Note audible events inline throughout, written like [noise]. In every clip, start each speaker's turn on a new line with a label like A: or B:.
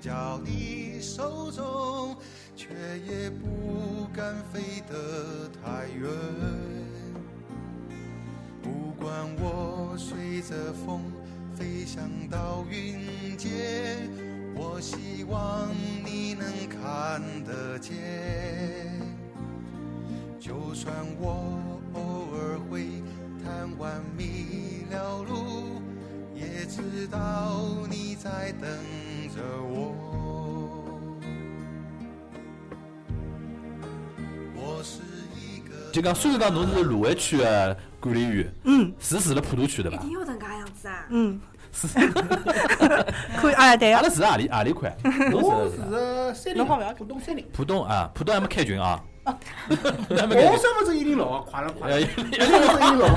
A: 脚的手中，却也不敢飞得太远。不管我随着风飞翔到云间，我希望你能看得见。就算我偶尔会贪玩迷了路，也知道你在等着我。我是一个。
B: 就讲虽然讲侬是卢湾区的管理员，
C: 嗯
B: 是住了普陀区对
D: 一
B: 伐？
D: 定要搿能介样子啊！
C: 啊嗯，
B: 是，
C: 可以，哎，对
B: 阿拉，
C: 呀
B: 住阿里阿里块，侬住
E: 我
B: 的
E: 是
B: 是哪
E: 个三
C: 侬好勿
E: 零，
C: 要
E: 浦东三零。
B: 浦东啊，浦东还没开群啊，浦东还没开
E: 我
B: 群。
E: 身份证一零六，快了快了，
B: 哎
E: 一
B: 呀，
E: 零六一零六，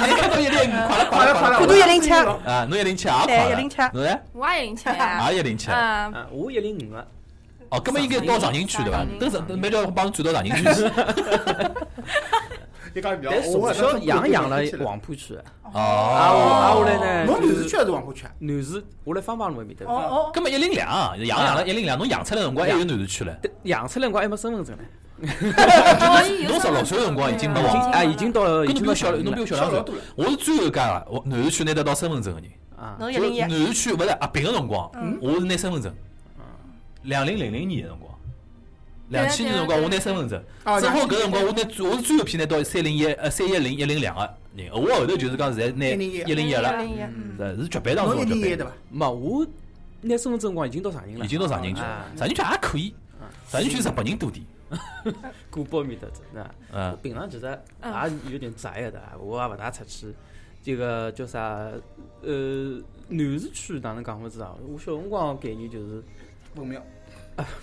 B: 没看到一零，快了
E: 快
B: 快
E: 了
B: 了
E: 快了，
C: 浦东107
B: 啊，侬一零七也快
C: 对
B: 了，
C: 107
B: 侬呢？
D: 我也有钱啊！
B: 也一零七，
D: 嗯，
F: 啊，我一零五个，
B: 哦，根本应该到长宁区对伐？都是没叫帮侬转到长宁区去。
E: 你讲不要
F: 但，
E: 我
F: 从小养养了黄浦区的，啊我
B: 哦，
F: 啊我来呢，
E: 侬
F: 就
E: 哎女士确实往过去，
F: 南市，我来方浜路埃面头
C: 哦，哦，
B: 根本一零两，养养了一零两，侬养出来辰光还有男士区了。
F: 但养出来辰光还没身份证呢，
B: 侬十六岁的辰光已经没
F: 已
B: 往
F: 经
D: 对
F: 啊已经到了，已
B: 搿侬
F: 经
B: 比
F: 到
B: 我小，
F: 了
B: 侬比我小
E: 小
B: 两岁
E: 老多。了。
B: 我是最后一家啊，我南市区拿得到身份证的人。
F: 啊，
D: 哎
C: 侬一
B: 就
C: 零
B: 是
C: 一，
B: 南区勿是阿啊平个辰光，
D: 嗯
B: 我是拿身份证。两零零零年个辰光，
D: 对啊
B: 两千年的辰光我拿身份证，
E: 啊
B: 正好搿
E: 2000
B: 辰光我拿最我是最后一批拿到三零一呃三一零一零两个人，我后头就是讲现在拿
E: 101
B: 一零一了，
C: 零一，嗯，
B: 是是绝版当
E: 侬
B: 中
E: 一
B: 的
E: 零一
B: 绝
E: 对
B: 版，
E: 伐？
F: 没我拿身份证辰光已经到长宁了，
B: 已经到长宁区
F: 啊
B: 了，长宁区也可以，长宁区日本人多点，
F: 古堡面头子，对伐？
B: 嗯，
F: 平常其实
D: 嗯
F: 也有点宅的，对伐？我也勿大出去。这个叫啥？呃，南市区哪能讲勿知道？我小辰光概念就是
E: 文庙，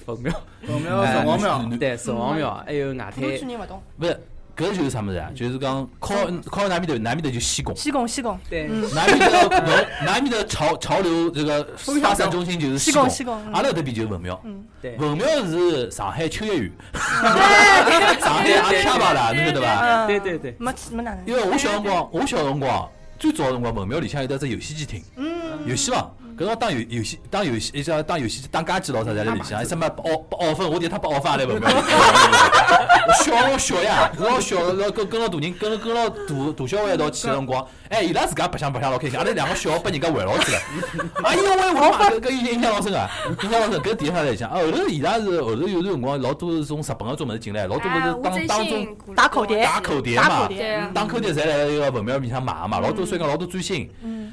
F: 文庙，
E: 文
B: 哦
E: 庙，城隍庙，
B: 南
F: 对，城隍庙，还有外
C: 普通区
F: 滩，
C: 人勿懂，
B: 不是搿就是啥物事啊？就是讲靠靠南面头，南面头就西贡。
C: 西贡，西
D: 嗯
C: 贡，
F: 对，
B: 南面的文，南面的潮潮流这个发散中心就是西
C: 西贡西贡嗯嗯
B: 阿拉这边就是文庙。
F: 对，
B: 文庙是上海秋
C: [laughs]
B: 叶原，上海阿卡巴啦，侬晓得伐？
C: 嗯，
F: 对对哎对
C: 没去没哪能
B: 因，为我小辰光，我小辰光最早的辰光，文庙里向有得只游戏机厅，
F: 嗯
B: 游戏房。搿辰光打游游戏，打游戏，一像打游戏，打街机老啥在里向，什么奥奥分，我第一趟把奥分也
F: [laughs]
B: 来文庙里。我小我小呀，老小，老跟跟牢大人，跟了跟牢大大小孩一道去的辰光，哎，伊拉自家白相白相老开心，阿拉两个小被人家围牢
F: [laughs]
B: 起来，啊，因为我我搿搿印象老深啊，印象老深，搿第一趟来讲，啊，后头伊拉是后头有段辰光老多是从日本个种物事进来，老多物
F: 哎
D: 啊
B: 事
D: 吴
B: 当
D: 贼
B: 当中
D: 信古
C: 打口
D: 董
C: 碟
B: 打口碟
C: 打
B: 嘛
C: 口，碟，
D: 对啊
B: 打口碟侪来一个文庙面上买嘛，老多所以讲老多追星，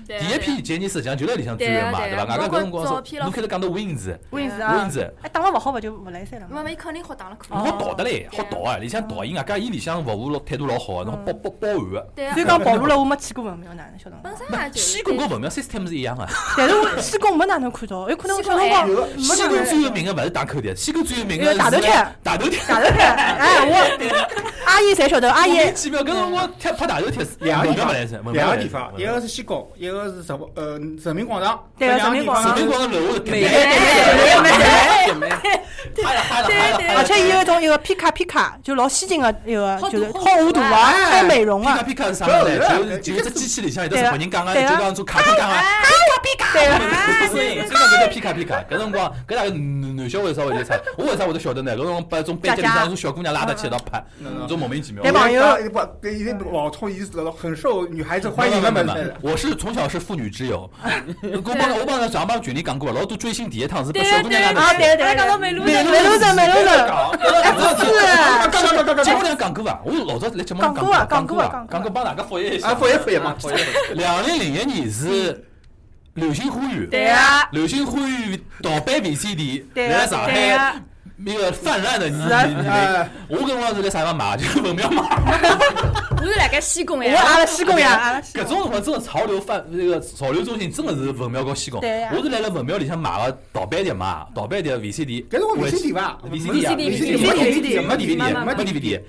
D: 对啊
B: 第一批杰尼斯实际上就来里向追的嘛，
D: 对
B: 对伐？
D: 啊对啊
B: 外加搿辰
D: 包括照
B: 光
D: 片
B: 是，
D: 咯
B: 侬开头讲到 Wins，Wins，
C: winds 啊，哎，打了勿好勿就勿来三了
D: 那
C: 嘛，
D: 么伊肯定好打了可
B: 侬好逃得来，好逃啊！里向逃伊外加伊里向服务老态度老好，侬包包包含个。
D: 对啊
C: 所以，讲暴露了我没去过文庙哪能晓得吗？
D: 本身也就是
B: 西贡跟文庙 system 是一样的，
C: 但是我西贡没哪能看到，有可能我小辰光
E: 有
C: 没
B: 西
C: 哪
B: 贡最
C: 能。
B: 有名的勿是打口碟，西贡最有名
C: 那
B: 的
C: 个大头贴，
B: 大头贴， [laughs]
C: 哪能看？哎，我阿姨侪晓得，阿姨
B: 莫名其妙，搿辰光贴拍大头贴，
E: 两个
B: 文
E: 地
B: 庙勿
E: 方
B: 来三，，文庙
E: 两
B: 勿
E: 个
B: 来
E: 地
B: 三
E: 方，一个是西贡，一个是什么呃人民广场，
C: 对啊
E: 这
C: 人
E: 两个
C: 民
E: 地
C: 广
E: 方
C: 场
B: 人民
E: 是
B: 广场楼的
F: 每个
B: 对
C: 没没
F: 没，
B: 嗨了嗨了嗨了嗨了
C: 而且伊有一种一个皮卡皮卡，就老先进的一个，就是
D: 好
C: 好画图啊，
B: 哎
C: 还美容
B: 皮
C: 啊
B: 卡，皮卡是啥物事
E: 对啊
B: 呢？就就只机器里向有得
C: 对啊
B: 日本人讲个，
C: 对
B: 就
C: 啊
B: 讲做卡通讲个。
C: 对啊，
B: 所以所以讲搿个皮卡皮卡，搿辰光搿大个男男小孩稍微就差，我为啥会得晓得呢？搿辰光把种班级里
C: 佳佳
B: 向种小姑娘拉到去一道拍，种莫名其妙
C: 对。吧
E: 不，对，一定老冲一个很受女孩子欢
B: 没
E: 迎
B: 有
E: 的
B: 没
E: 门
B: 有没有
E: 派，
B: 我是从小是妇女之友。我帮我帮上帮群里讲过，老多追星第一趟是被小姑娘
C: 啊
B: 拉
C: 对对，
D: 还讲到美露
C: 美露神美露神，是
E: 刚刚刚刚刚
B: 节目里向讲过伐？我老早辣节目里
C: 讲过啊
B: 讲
C: 讲过啊
B: 讲
C: 讲过啊
B: 过帮大家复习一下
E: 啊，。复一复一嘛，
B: 两零零一年是流星花园。
C: 嗯对啊，
B: 流星花园盗版 VCD
C: 对啊
B: 来上
C: 对
B: 海
C: 啊
B: 那个泛滥的年
C: 啊
B: 年代
E: 哎，
B: 我搿辰光是在啥地方买，就是文庙买。
D: 我是辣盖西贡
C: 我
D: 呀，
C: 阿拉西贡呀，阿拉西
B: [laughs] 搿
C: 贡，
B: 种辰光真的潮流泛那个潮流中心真的是文庙和西贡。
C: 对啊
B: 我是来了文庙里向买个盗版碟嘛，盗版碟 VCD。
E: 搿是我 VCD 吧
B: ？VCD 啊
D: VCD
B: VCD 没 DVD
E: 慢慢
B: 没
E: 慢
B: DVD，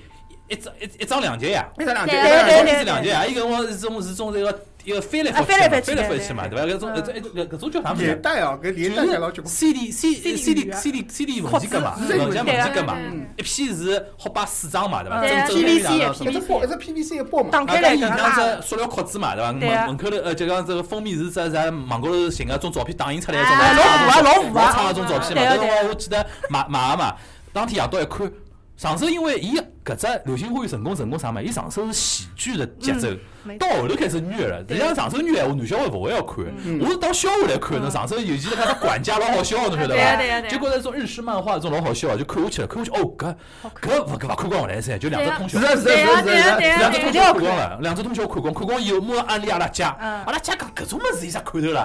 B: 一张一一张两节呀。
E: 为啥两
D: 对
C: 对
E: 天？
C: 对
B: 啊一张两节啊！伊搿辰光是种是种这个一个翻来
C: 啊翻来
B: 覆
C: 翻
B: 去
C: 去
B: 嘛，翻来
C: 对
B: 覆去嘛，对伐？搿种搿种
C: 对
B: 搿搿种叫啥物
E: 连
B: 事？
E: 带啊，搿连带带老结棍。
B: CD C
C: CD
B: CD
C: 语言
B: CD CD 文件夹嘛，文件
E: 字字
B: 文件
C: 对啊
B: 夹嘛
D: 对对，
B: 一批是好摆四张嘛，对伐？
C: 对
B: 正
C: 啊
B: 正面
C: PVC
B: 两
C: 也
B: 张
E: 一只包，一只 PVC 的包嘛。
C: 打
B: 啊，
C: 开来
B: 但
C: 搿
B: 伊
C: 个
B: 像
C: 拉，
B: 只塑料壳子嘛，对伐？
C: 对啊
B: 门门口头呃，就讲这个封面是只啥网高头寻个种照片打印出来的
D: 啊
B: 种
C: 老
B: 老
C: 符合老符合
B: 老差个种照片
C: 对
B: 嘛。
C: 啊
B: 搿辰
C: 对啊
B: 光我记得买买个嘛，当天夜到一看，上首因为伊搿只流星花园成功成功啥嘛，伊上首是喜剧的节奏
C: 没。
B: 到后头开始虐了，实际上上首虐闲话，男小孩勿会要看，我是当笑话来看的。上首尤其是搿只管家老好笑，侬晓得
D: 对呀对
B: 伐
D: 呀对？呀
B: 就觉得这种日式漫画这种老好笑，就看下去了，看下去哦，搿搿勿搿勿看光来噻，就两只通宵。
E: 是
D: 对呀对呀对呀
B: 两只
D: 对
B: 通
D: 呀，
B: 宵看光了，两只通宵看光，看光以后马上安利阿拉家，
C: 嗯
B: 阿拉家讲搿种物事有啥看头啦？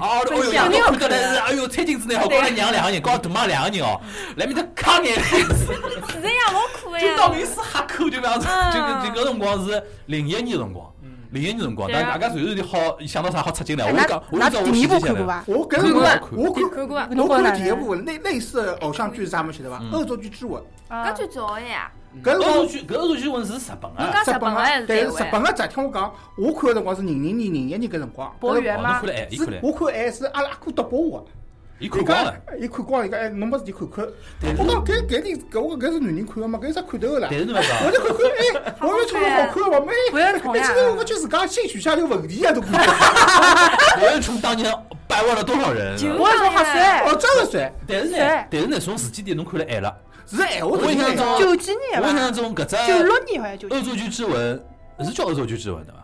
B: 啊，哎呦，
D: 分
B: 两
D: 享
B: 个看得来，哎呦，餐巾纸拿好，跟阿拉娘两个人，跟阿大妈两个人哦，来面搭卡眼泪，
D: 是这样，老苦
B: 就到
D: 呀。
B: 面是哈口，就搿样子，就搿就搿辰光是零一年辰光，零一年辰光，
D: 对
B: 但
D: 啊
B: 大家随时就好想到啥好出劲来，我
C: 那
B: 讲，我
C: 那
B: 讲我
C: 第一部
B: 实际
C: 看
B: 上
C: 过
B: 来，
C: 伐？
E: 我搿辰光我看
D: 看过啊
E: 我看了第一部类类似的偶像剧是啥么晓得伐？
B: 嗯
E: 恶作剧之吻，
D: 啊搿最早的呀，
E: 搿
B: 搿
E: 辰
C: 哦
B: 首
E: 光
B: 剧搿首剧文是日本
D: 侬
B: 啊，
D: 讲
E: 日
D: 日本
E: 本
D: 的还
E: 个，
D: 是
E: 对
D: 台
E: 日
D: 湾
E: 本？个仔，听我讲，我看个辰光是零零年、零一年搿辰光，
C: 博
B: 哦，
C: 园
B: 侬
C: 吗
B: 看？了哎，伊看
E: 是
B: 了，
E: 我看还是阿拉阿哥搭拨我的。
B: 伊看光了。
E: 伊看光了，伊讲哎，侬没事体看看。我讲搿搿人搿我搿是男人看个嘛，搿有啥看头个啦
B: 但？是侬勿
E: 我
B: 讲，
E: 就看看，哎，我要穿得好看伐？没，
C: 不要同
E: 哎
C: 样
E: 今天我发觉自家性取向有问题
C: [laughs]
E: 啊，都看不到。
B: 我要从当年败坏了多少人？
C: 我也说哎瞎算，，
E: 哦真个帅，
B: 但是呢
C: 是，
B: 但是呢，从时间点侬看了晚了。
E: 是闲话头
B: 我印象
E: 听
B: 中，
C: 九几年
B: 我印
C: 吧
B: 象，中搿只
C: 九
B: 《
C: 六年好像九几
B: 恶
C: 年，
B: 作剧之吻》是叫《恶作剧之吻》对伐？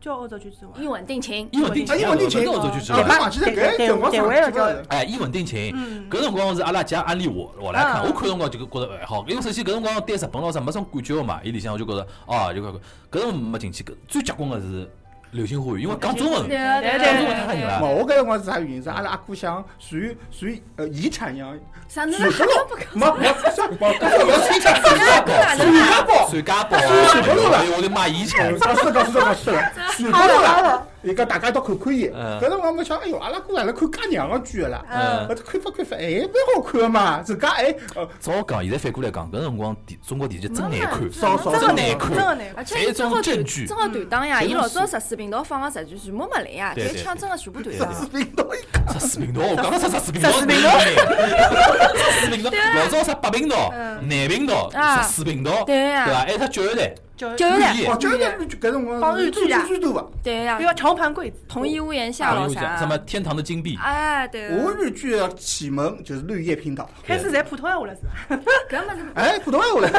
C: 叫恶作剧之吻
D: 一。吻定情，
B: 伊稳定情，
E: 啊伊稳定情
B: 勿是恶作剧之
E: 啊，
B: 吻
E: 我。忘记了搿辰光上
C: 台湾
E: 几个
C: 的
E: 人。
B: 哎，伊稳定情
C: 嗯，
B: 搿辰光是阿拉姐安利我，我来看，
C: 嗯
B: 我看辰光就觉得还好，因为首先搿辰光对日本佬啥没什么感觉的嘛，伊里向我就觉得哦，就搿个搿辰光没进去，搿最结棍的是《流星花园》，因为讲中文，
D: 对啊对啊
C: 对啊
D: 对
B: 中文太吓人
D: 啊
B: 了
E: 冇，我搿辰光是啥原因？是阿拉阿哥想属于属于呃遗产一样，
D: 啥
E: 传
D: 侬
E: 下
D: 啥
E: 来
D: 都不可，
E: 没没没，搿个是遗产，
D: 能啊搿哪能啊？
E: 宝。
B: 传家宝，
E: 传家宝
B: 哎呦我的妈，遗产
E: 是，的，是的，是的，是的，全部了。伊讲大家到看看伊，
B: 嗯
E: 搿辰光我想，哎哟，阿拉哥阿拉看介娘个剧个啦，
B: 嗯
E: 呃，看法看法，哎，蛮好看个嘛，自家哎，呃，
B: 照我讲，现在反过来讲，搿辰光电中国电视剧真难看，
E: 少少
B: 真
E: 真
B: 难
E: 难
B: 看，
C: 真的难看
D: 而
B: 侪
D: 且
B: 种
D: 啊正好
B: 证
D: 断
B: 据嗯
D: 正好断档呀，
B: 侪
D: 伊
B: 种
D: 老早十四频道放个日剧全部没来呀，
B: 对
D: 搿
B: 对
D: 腔真个全部断档。
E: 视频导演，
B: 十四频道，我刚刚说十四频道，十四频道，十四频道，老早啥八频道、廿频道、
D: 啊
B: 十四频道，
D: 对
B: 对
D: 啊
B: 伐？还有啥教育台，
C: 九
D: 九
C: 六
D: 六
B: 绿
D: 年，
B: 叶
E: 哦，就是搿辰光
C: 帮日剧啊
E: 最多个。
D: 对呀
C: 比，较长盘柜子，
D: 同一屋檐下
B: 还
D: 咯
B: 有啥什
D: 啥
B: 么，天堂的金币，
D: 哎对啊，
E: 我日剧的启蒙就是绿叶频道，
C: 开始侪普通闲话了是吧？
D: 搿么是
E: 哎，普通话了，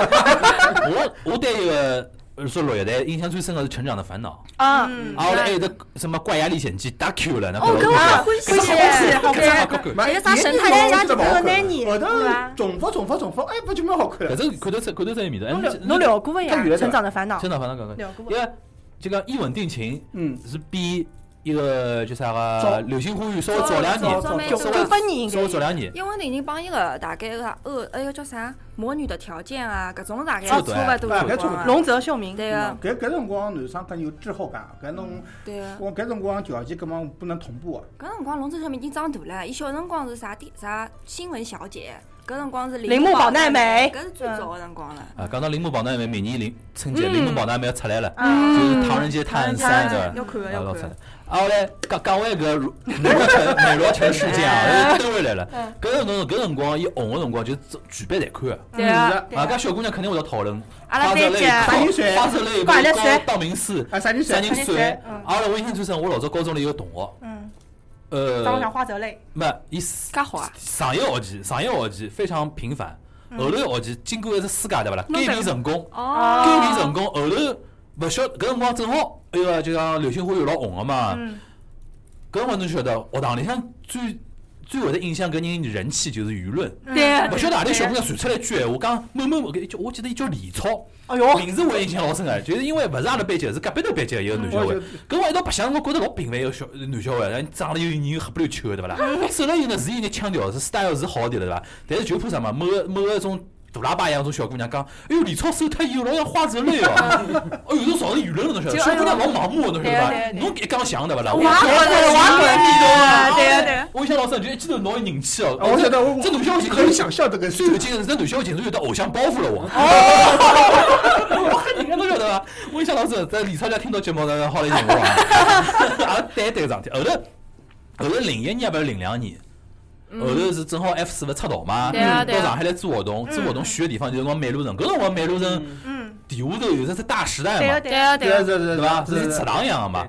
B: 我我对一个呃说六一代印象最深的是《成长的烦恼
C: 啊，》，
D: 嗯
B: 啊，后来还有个什么《怪鸭历险记》打 Q 了，那
D: 哦，搿我好欢喜耶，
B: 好看，好
D: 对，
B: 看。
D: 还有啥神探家
E: 这
D: 族
E: 不好看，
C: Nanny，
E: 后
D: 对吧
E: 头重复重复重复，哎，不就蛮好看
B: 反
E: 了？
B: 正看到这看到这一面的，哎，
C: 侬
B: 你
C: 聊
B: 这
C: 侬聊过个呀
E: 太远了？
C: 成长的烦恼
B: 真，的，反正讲
C: 聊
B: 讲，
C: 过
B: 因为就讲一吻定情
E: 嗯，
B: 是比一个叫啥
E: 早
B: 个流星花园稍微早两
E: 早
B: 年，
E: 早
C: 九
D: 早
C: 九八年应
B: 稍微早
C: 该。
B: 两年。
D: 因为已经帮伊个大概个呃，哎个叫啥《魔女的条件》啊，搿种大概
B: 差
D: 差
B: 不多
D: 勿多
B: 哎
D: 辰光啊。
C: 龙泽秀明，
D: 对个，
E: 搿搿辰光男生更有滞后感，搿侬
D: 对个。
E: 我搿辰光条件根本不能同步啊。
D: 搿辰光龙泽秀明已经长大了，伊小辰光是啥电啥新闻小姐，搿辰光是
C: 铃木
D: 宝嗯
C: 保奈美
D: 搿是最早个辰光了。
B: 啊，讲到铃木保奈美，明年铃春节铃木保奈美要出来了，
C: 嗯
B: 就是《唐人街探案三》
C: 唐
B: 对
C: 人街要看哎
B: 吧？
C: 的
B: 要出
C: 要看
B: 来
C: 的。
B: 啊，后来讲讲回搿美罗城 [laughs] 美罗城事件啊，兜回来了。搿辰光搿辰光伊红个辰光就是全班侪看个。
D: 对啊，
B: 啊，搿小姑娘肯定会得讨论，
D: 阿拉
B: 花泽类
D: 班级
E: 三人水
B: 花泽类
C: 怪力
B: 高
C: 水
B: 道明寺，
E: 啊，啥人
B: 三
E: 选？
B: 人
C: 三人
B: 水
C: 水嗯。
B: 啊，我印象最深，我老早高中里有个同学，
C: 嗯，长得像
B: 呃，
C: 花泽类，
B: 没伊
D: 介好啊！
B: 上一学期上一学期非常频繁，后头一学期经过一只暑假对勿啦？
D: 侬
B: 改
D: 在
B: 名成功。
D: 哦，
B: 改名成功，后头勿晓搿辰光正好，哎个就讲流星花园老红个嘛。
C: 嗯
B: 搿辰光侬晓得，学堂里向最最会得影响搿人人气就是舆论。
D: 对啊
B: 勿
D: 对
B: 晓得何里小姑娘传出来一句闲话，讲某某某搿叫我记得伊叫李超，
C: 哎哟，
B: 名字我印象老深个，就是因为勿是阿拉班级，是隔壁头班级的一个男小孩
E: 嗯。
B: 搿我一道白相，我觉得老平凡一个小男小孩，然后长得又人又黑不溜秋的对勿啦？瘦了以后呢，是伊眼腔调是 style 是好点的对伐？但是就怕啥嘛，某个某个种。大喇叭一样，种小姑娘讲：“哎哟，李超手脱以后，老像花泽类哦。”哎哟，都造成舆论了，侬晓得？
C: 就
B: 小姑娘老盲目，侬晓得伐
C: 对啊对啊？对啊
B: 侬一讲像对勿啦？我
C: 哇
B: 我
C: 对哇
B: 我
C: 对啊对啊
B: 我
C: 对啊
B: 我印象老深，就一记头老有人气哦。
E: 啊，我晓得，我
B: 这男小孩
E: 很想笑这个事
B: 最。有劲的是，这男小姐有点偶像包袱了我。 [laughs]
E: 我很
B: 人家都晓得啊。我一想到这，在李超家听到节目，然后好来寻我啊， [laughs] 也对对个事体。后头后头零一年不是零两年，后头是正好 F 四勿出道嘛，嗯
G: 对啊
B: 到
G: 对啊
B: 上海来做活动，做活动选个地方就是讲美路城，搿辰光美路城
C: 嗯，
B: 底下头有只是大时代
C: 对
B: 嘛
C: 个，
G: 对
C: 个，
G: 啊
E: 对
G: 啊
E: 啊，，对啊对
B: 对
E: 啊
B: 伐？
E: 对啊
B: 是
E: 对
B: 赤
E: 啊。
B: 堂一样个嘛。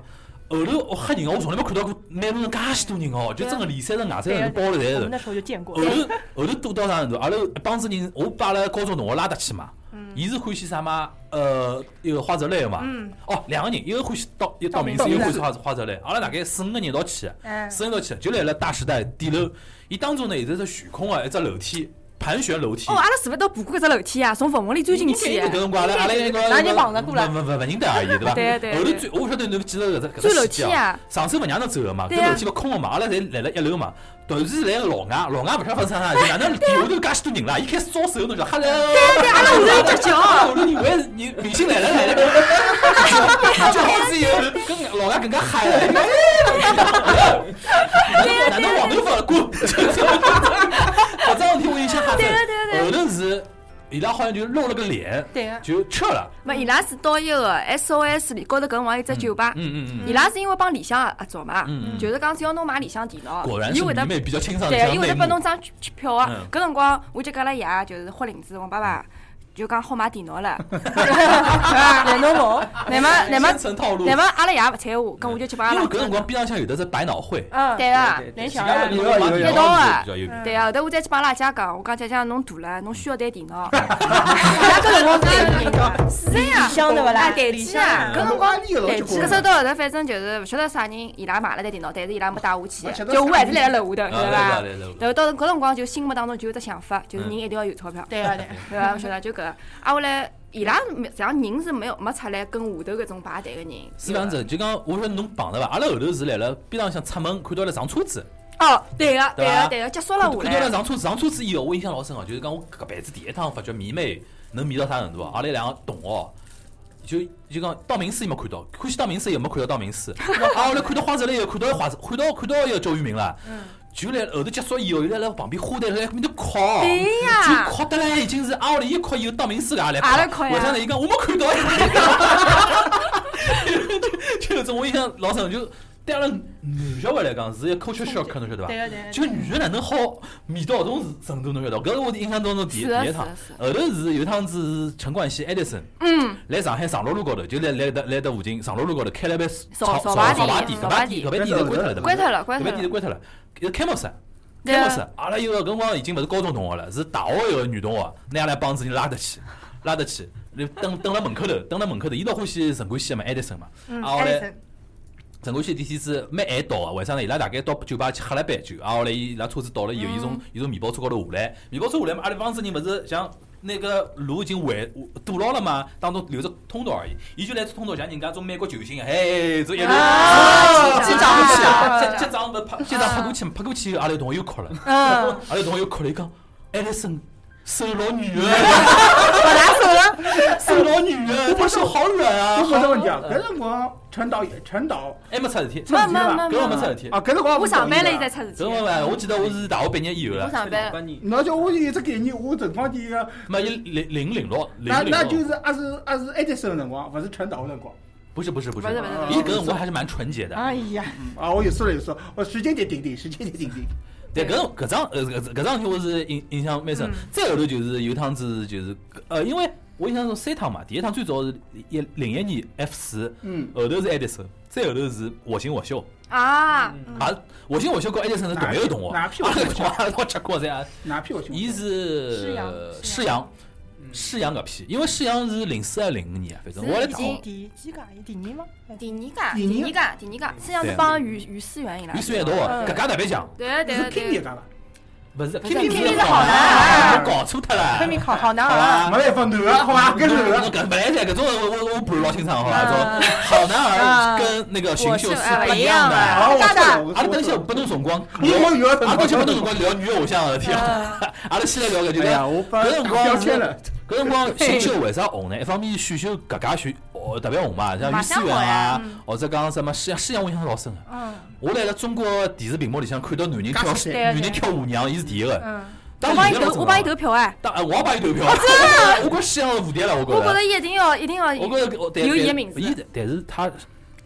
B: 后头我吓人哦，我从来没看到过蛮多人介许多人哦，就真个里三层外三层包了
C: 啊
B: 侪
C: 我们
B: 是。
C: 那时候就见过
B: 后，头后头多到啥程度？阿拉一帮子人，我把阿拉高中同学拉得去嘛。
D: 嗯
B: 伊是欢喜啥嘛？呃，一个花泽类个嘛。哦，两个人，一个欢喜道，一个道明寺，一个欢喜花花泽类。阿拉大概四五个人一道去，
D: 嗯
C: 哎，
B: 四个人一道去，就来了大时代底楼。伊当中呢，有一只悬空啊个一只楼梯，盘旋楼梯
D: 哦，。阿拉是勿是都爬过一只楼梯啊？从坟墓里钻进去啊
B: 搿。辰光，阿拉阿拉一个
G: 哪里绑得过来
B: 勿勿勿认得而已，对伐？
D: 对对
B: 后头
D: 对
B: 最，我勿晓得侬记得搿只搿只
D: 钻楼
B: 细节
D: 梯啊！
B: 上手勿让侬走个嘛，
D: 对
B: 搿
D: 啊
B: 楼梯勿空个嘛，阿拉侪来了一楼嘛。突然之间来个老外，老外勿晓得发生啥事体，哪能底下头介许多人啦？伊开始招手，侬晓得哈喽。对对，阿拉下头一只脚，下头以为人明星来了来了。叫好之后，跟老外更加嗨了。哪能哪能黄头发滚？我这两天我印象哈对后头是伊拉好像就露了个脸，
C: 对啊个，
B: 就撤了。
D: 没，伊拉是到一个 SOS 里高头搿辰光有只酒吧，
B: 嗯嗯嗯。
D: 伊拉是因为帮里向合作啊嘛
B: 嗯嗯，
D: 就是讲只要侬买里向电脑
B: 果然，是
D: 伊会得
B: 你妹比较清爽
D: 对
B: 的，
D: 啊，
B: 像
D: 伊会得
B: 内
D: 拨
B: 幕
D: 侬张票啊
B: 嗯。
D: 搿辰光我就跟阿拉爷啊就是豁领子，我爸爸就讲好买电脑
B: [laughs]
D: 了， [laughs]
C: 也弄毛，
D: 乃末
C: [laughs]
D: 乃末
B: 深层套路。
D: 乃末阿拉爷勿睬我，跟我就去帮阿
B: 因
D: 拉
B: 为搿辰光边浪向有的是百脑汇，
C: 嗯，
D: 对啊，
C: 能
F: 想
C: 想象
E: 有啊有啊有啊
D: 一道啊
B: 比较有名。
D: 对啊，后头我再去帮阿拉姐讲，我讲姐姐侬大了，侬需要台电
B: [laughs]
D: 脑。
C: 那个辰光 [laughs] 是
D: 是这样，
C: 香对勿啦
D: 啊，台机啊，搿辰光。
E: 阿拉
D: 台
E: 老
D: 机，搿时候到后头，反正就是勿晓得啥人，伊拉买了台电脑，但是伊拉没带我去
E: 啊，晓得
D: 就我嗯
E: 啥
D: 还是来了楼下头，
B: 啊
D: 晓得
B: 来
D: 伐？
B: 来来来
D: 然后到搿辰光就心目当中就有只想法，就是人一定要有钞票，
C: 对个对，
B: [laughs]
D: 对伐？我晓得就搿，啊后来伊拉没实际上人是没有没出来跟下头搿种排队个人，
B: 是这样子，就讲我说侬碰着伐？阿拉后头是来了边浪向出门看到了上车子，
D: 哦，对个
B: 对
D: 对
B: 吧
D: 个对个，结束了
B: 看
D: 下
B: 看到了
D: 来，
B: 上车子，上车子以后我印象老深哦，就是讲我搿辈子第一趟发觉迷妹能迷到啥程度啊？阿拉两个同学。就就讲道明寺也没看到，欢喜道明寺也没看到道明寺，啊，后来看到花泽类又看到花泽，看到看到一个周渝民了，
D: 嗯
B: 就来后头结束以后，伊拉辣旁边花坛辣埃面头哭，
D: 对呀
B: 就哭得来已经是啊，后来伊哭以后道明寺也来
D: 也来哭呀
B: 我想呢，伊讲我没看到呀， [laughs] 就就种我印象老深，就对阿拉男小孩来讲是一个 culture shock，侬晓得伐？
C: 对个对个，
B: 就女的哪能好迷到搿种程度，侬晓得伐？搿是我印象当中第一
D: 是的啊
B: 第一趟
D: 是，
B: 后头是有一趟子是陈冠希 Edison，嗯，来上海长乐路高头，就来来得来得附近长乐路高头开了爿
D: 烧
B: 炒
D: 烧
B: 排
D: 排
B: 店，
D: 店
B: 搿
D: 烧
B: 排
D: 排
B: 店
D: 店
B: 搿排店侪关脱了，对伐
D: 关脱了关
B: 搿
D: 脱
B: 排店
D: 了
B: 侪。关脱了，搿 Camus。
D: 对啊
B: Camus，阿拉有个搿辰光已经勿是高中同学了，是大学有个女同学，拿阿拉帮子人拉得去，拉得去，等等辣门口头，等辣门口头，伊倒欢喜陈冠希嘛，Edison 嘛，
D: 嗯
B: 啊后来
C: Edison
B: 陈冠希的天是蛮晚到个，哎啊为啥呢？伊拉大概到酒吧去喝了杯酒，啊，后来伊拉车子到了以后，伊从伊从面包车高头下来，面包车下来嘛，阿拉帮子人勿是像那个路已经围堵牢了嘛，当中留着通道而已，伊就来通道像人家种美国球星，嘿，就一路击掌啊过去啊，击击掌勿拍，击掌拍过去嘛，拍过去以后，阿拉有同学又哭了，
C: 嗯，
B: 阿拉有同学又哭了，伊讲，艾丽森手老软 [laughs]
C: 把拿手了，
B: 啊，手老软啊，他手好软啊，
E: 我跟你讲，搿辰光陈导也陈导
B: 还哎没出事体，
E: 出事体了伐？
B: 搿个没出事体，
E: 啊，搿辰光
D: 我上班了，
E: 现
D: 现在
E: 在。
D: 出事体
B: 搿。个嘛，我记得我是大学毕业以后
D: 我
B: 了。
D: 上班，
E: 侬叫我有一只概念，我辰光第一个，
B: 没一零零零六零
E: 那
B: 零
E: 那
B: 六
E: 就是阿是阿是 Edison 的辰光，勿是陈导的辰光。
B: 不是不是不是，
D: 不是不是
B: 伊搿辰光还是蛮纯洁的。
C: 哎呀，
E: 啊，我有说了有说，我时间点定定，时间点定定。
B: 对搿搿张呃搿搿张天我是印印象蛮
D: 嗯
B: 深。再后头就是有一趟子就是呃，因为我印象中三趟嘛，第一趟最早是一零一年 F 四，
E: 嗯，
B: 后头是 Edison，再后头是我行我秀
D: 啊，
B: 啊，我行我秀跟 Edison 是同一个同学，
E: 哪批我行我秀
B: 同学 [laughs] 到结果噻啊，
E: 哪批我去？
B: 伊
C: 是
B: 是
C: 阳
B: 释阳。释阳搿批，因为释阳是零四还是零五年啊，反正
D: 是
B: 我来
D: 已
B: 讲，
D: 经
C: 第几届？第二吗？哎
D: 第二
E: 第
D: 届，
E: 二
D: 第二届，第二届，实际上是帮于于思源伊拉
B: 与。岁一道啊，
D: 嗯
B: 搿家特别强，
D: 对啊对啊
E: 是拼
D: 对
E: 命
D: 啊，
E: 干了，
B: 不是
C: 是
B: Kimi
C: ，Kimi
B: 是
C: 是
B: 好
C: 好
B: 男，
E: 男
B: 搞错脱了。
C: 昆明考好难
B: 好
C: 啊，
B: 吧，
E: 没办法，男的好吧，搿是男
B: 我
E: 的。
B: 搿本来噻，搿种我我我不是老清爽好吧？
C: 啊
B: 种好男儿
C: 啊
B: 跟那个寻
D: 我
B: 秀
D: 是
B: 是
D: 哎
B: 不一
D: 一
B: 样
D: 样
B: 的。
D: 的
B: 阿
E: 啊，我
B: 拉等一下不能辰光，
E: 因为我有要等
B: 阿拉等一下不能辰光聊女偶像的事体啊。阿拉先来聊搿就
E: 哎
B: 是
E: 呀，我把
B: 搿辰
E: 标
B: 光
E: 签
B: 是
E: 了。
B: 搿辰光选秀为啥红呢？一方面选秀搿家选哦特别红嘛，像于思源啊，或者讲什么施洋，施洋我印象老深
D: 嗯
B: 个。我来了中国电视屏幕里向看到男人跳
E: 加速
B: 男人跳舞娘，伊是第一个。当
D: 帮
B: 然
D: 伊
B: 有的
D: 投，
B: 嘛
D: 我帮伊投票哎，
B: 当哎，我也帮伊投票。真的？ [laughs] 我觉着西洋是无敌了，我觉
D: 我觉
B: 着
D: 得。伊一定要一定要
B: 我觉着我但
D: 有伊
B: 但
D: 的名字
B: 伊但是他出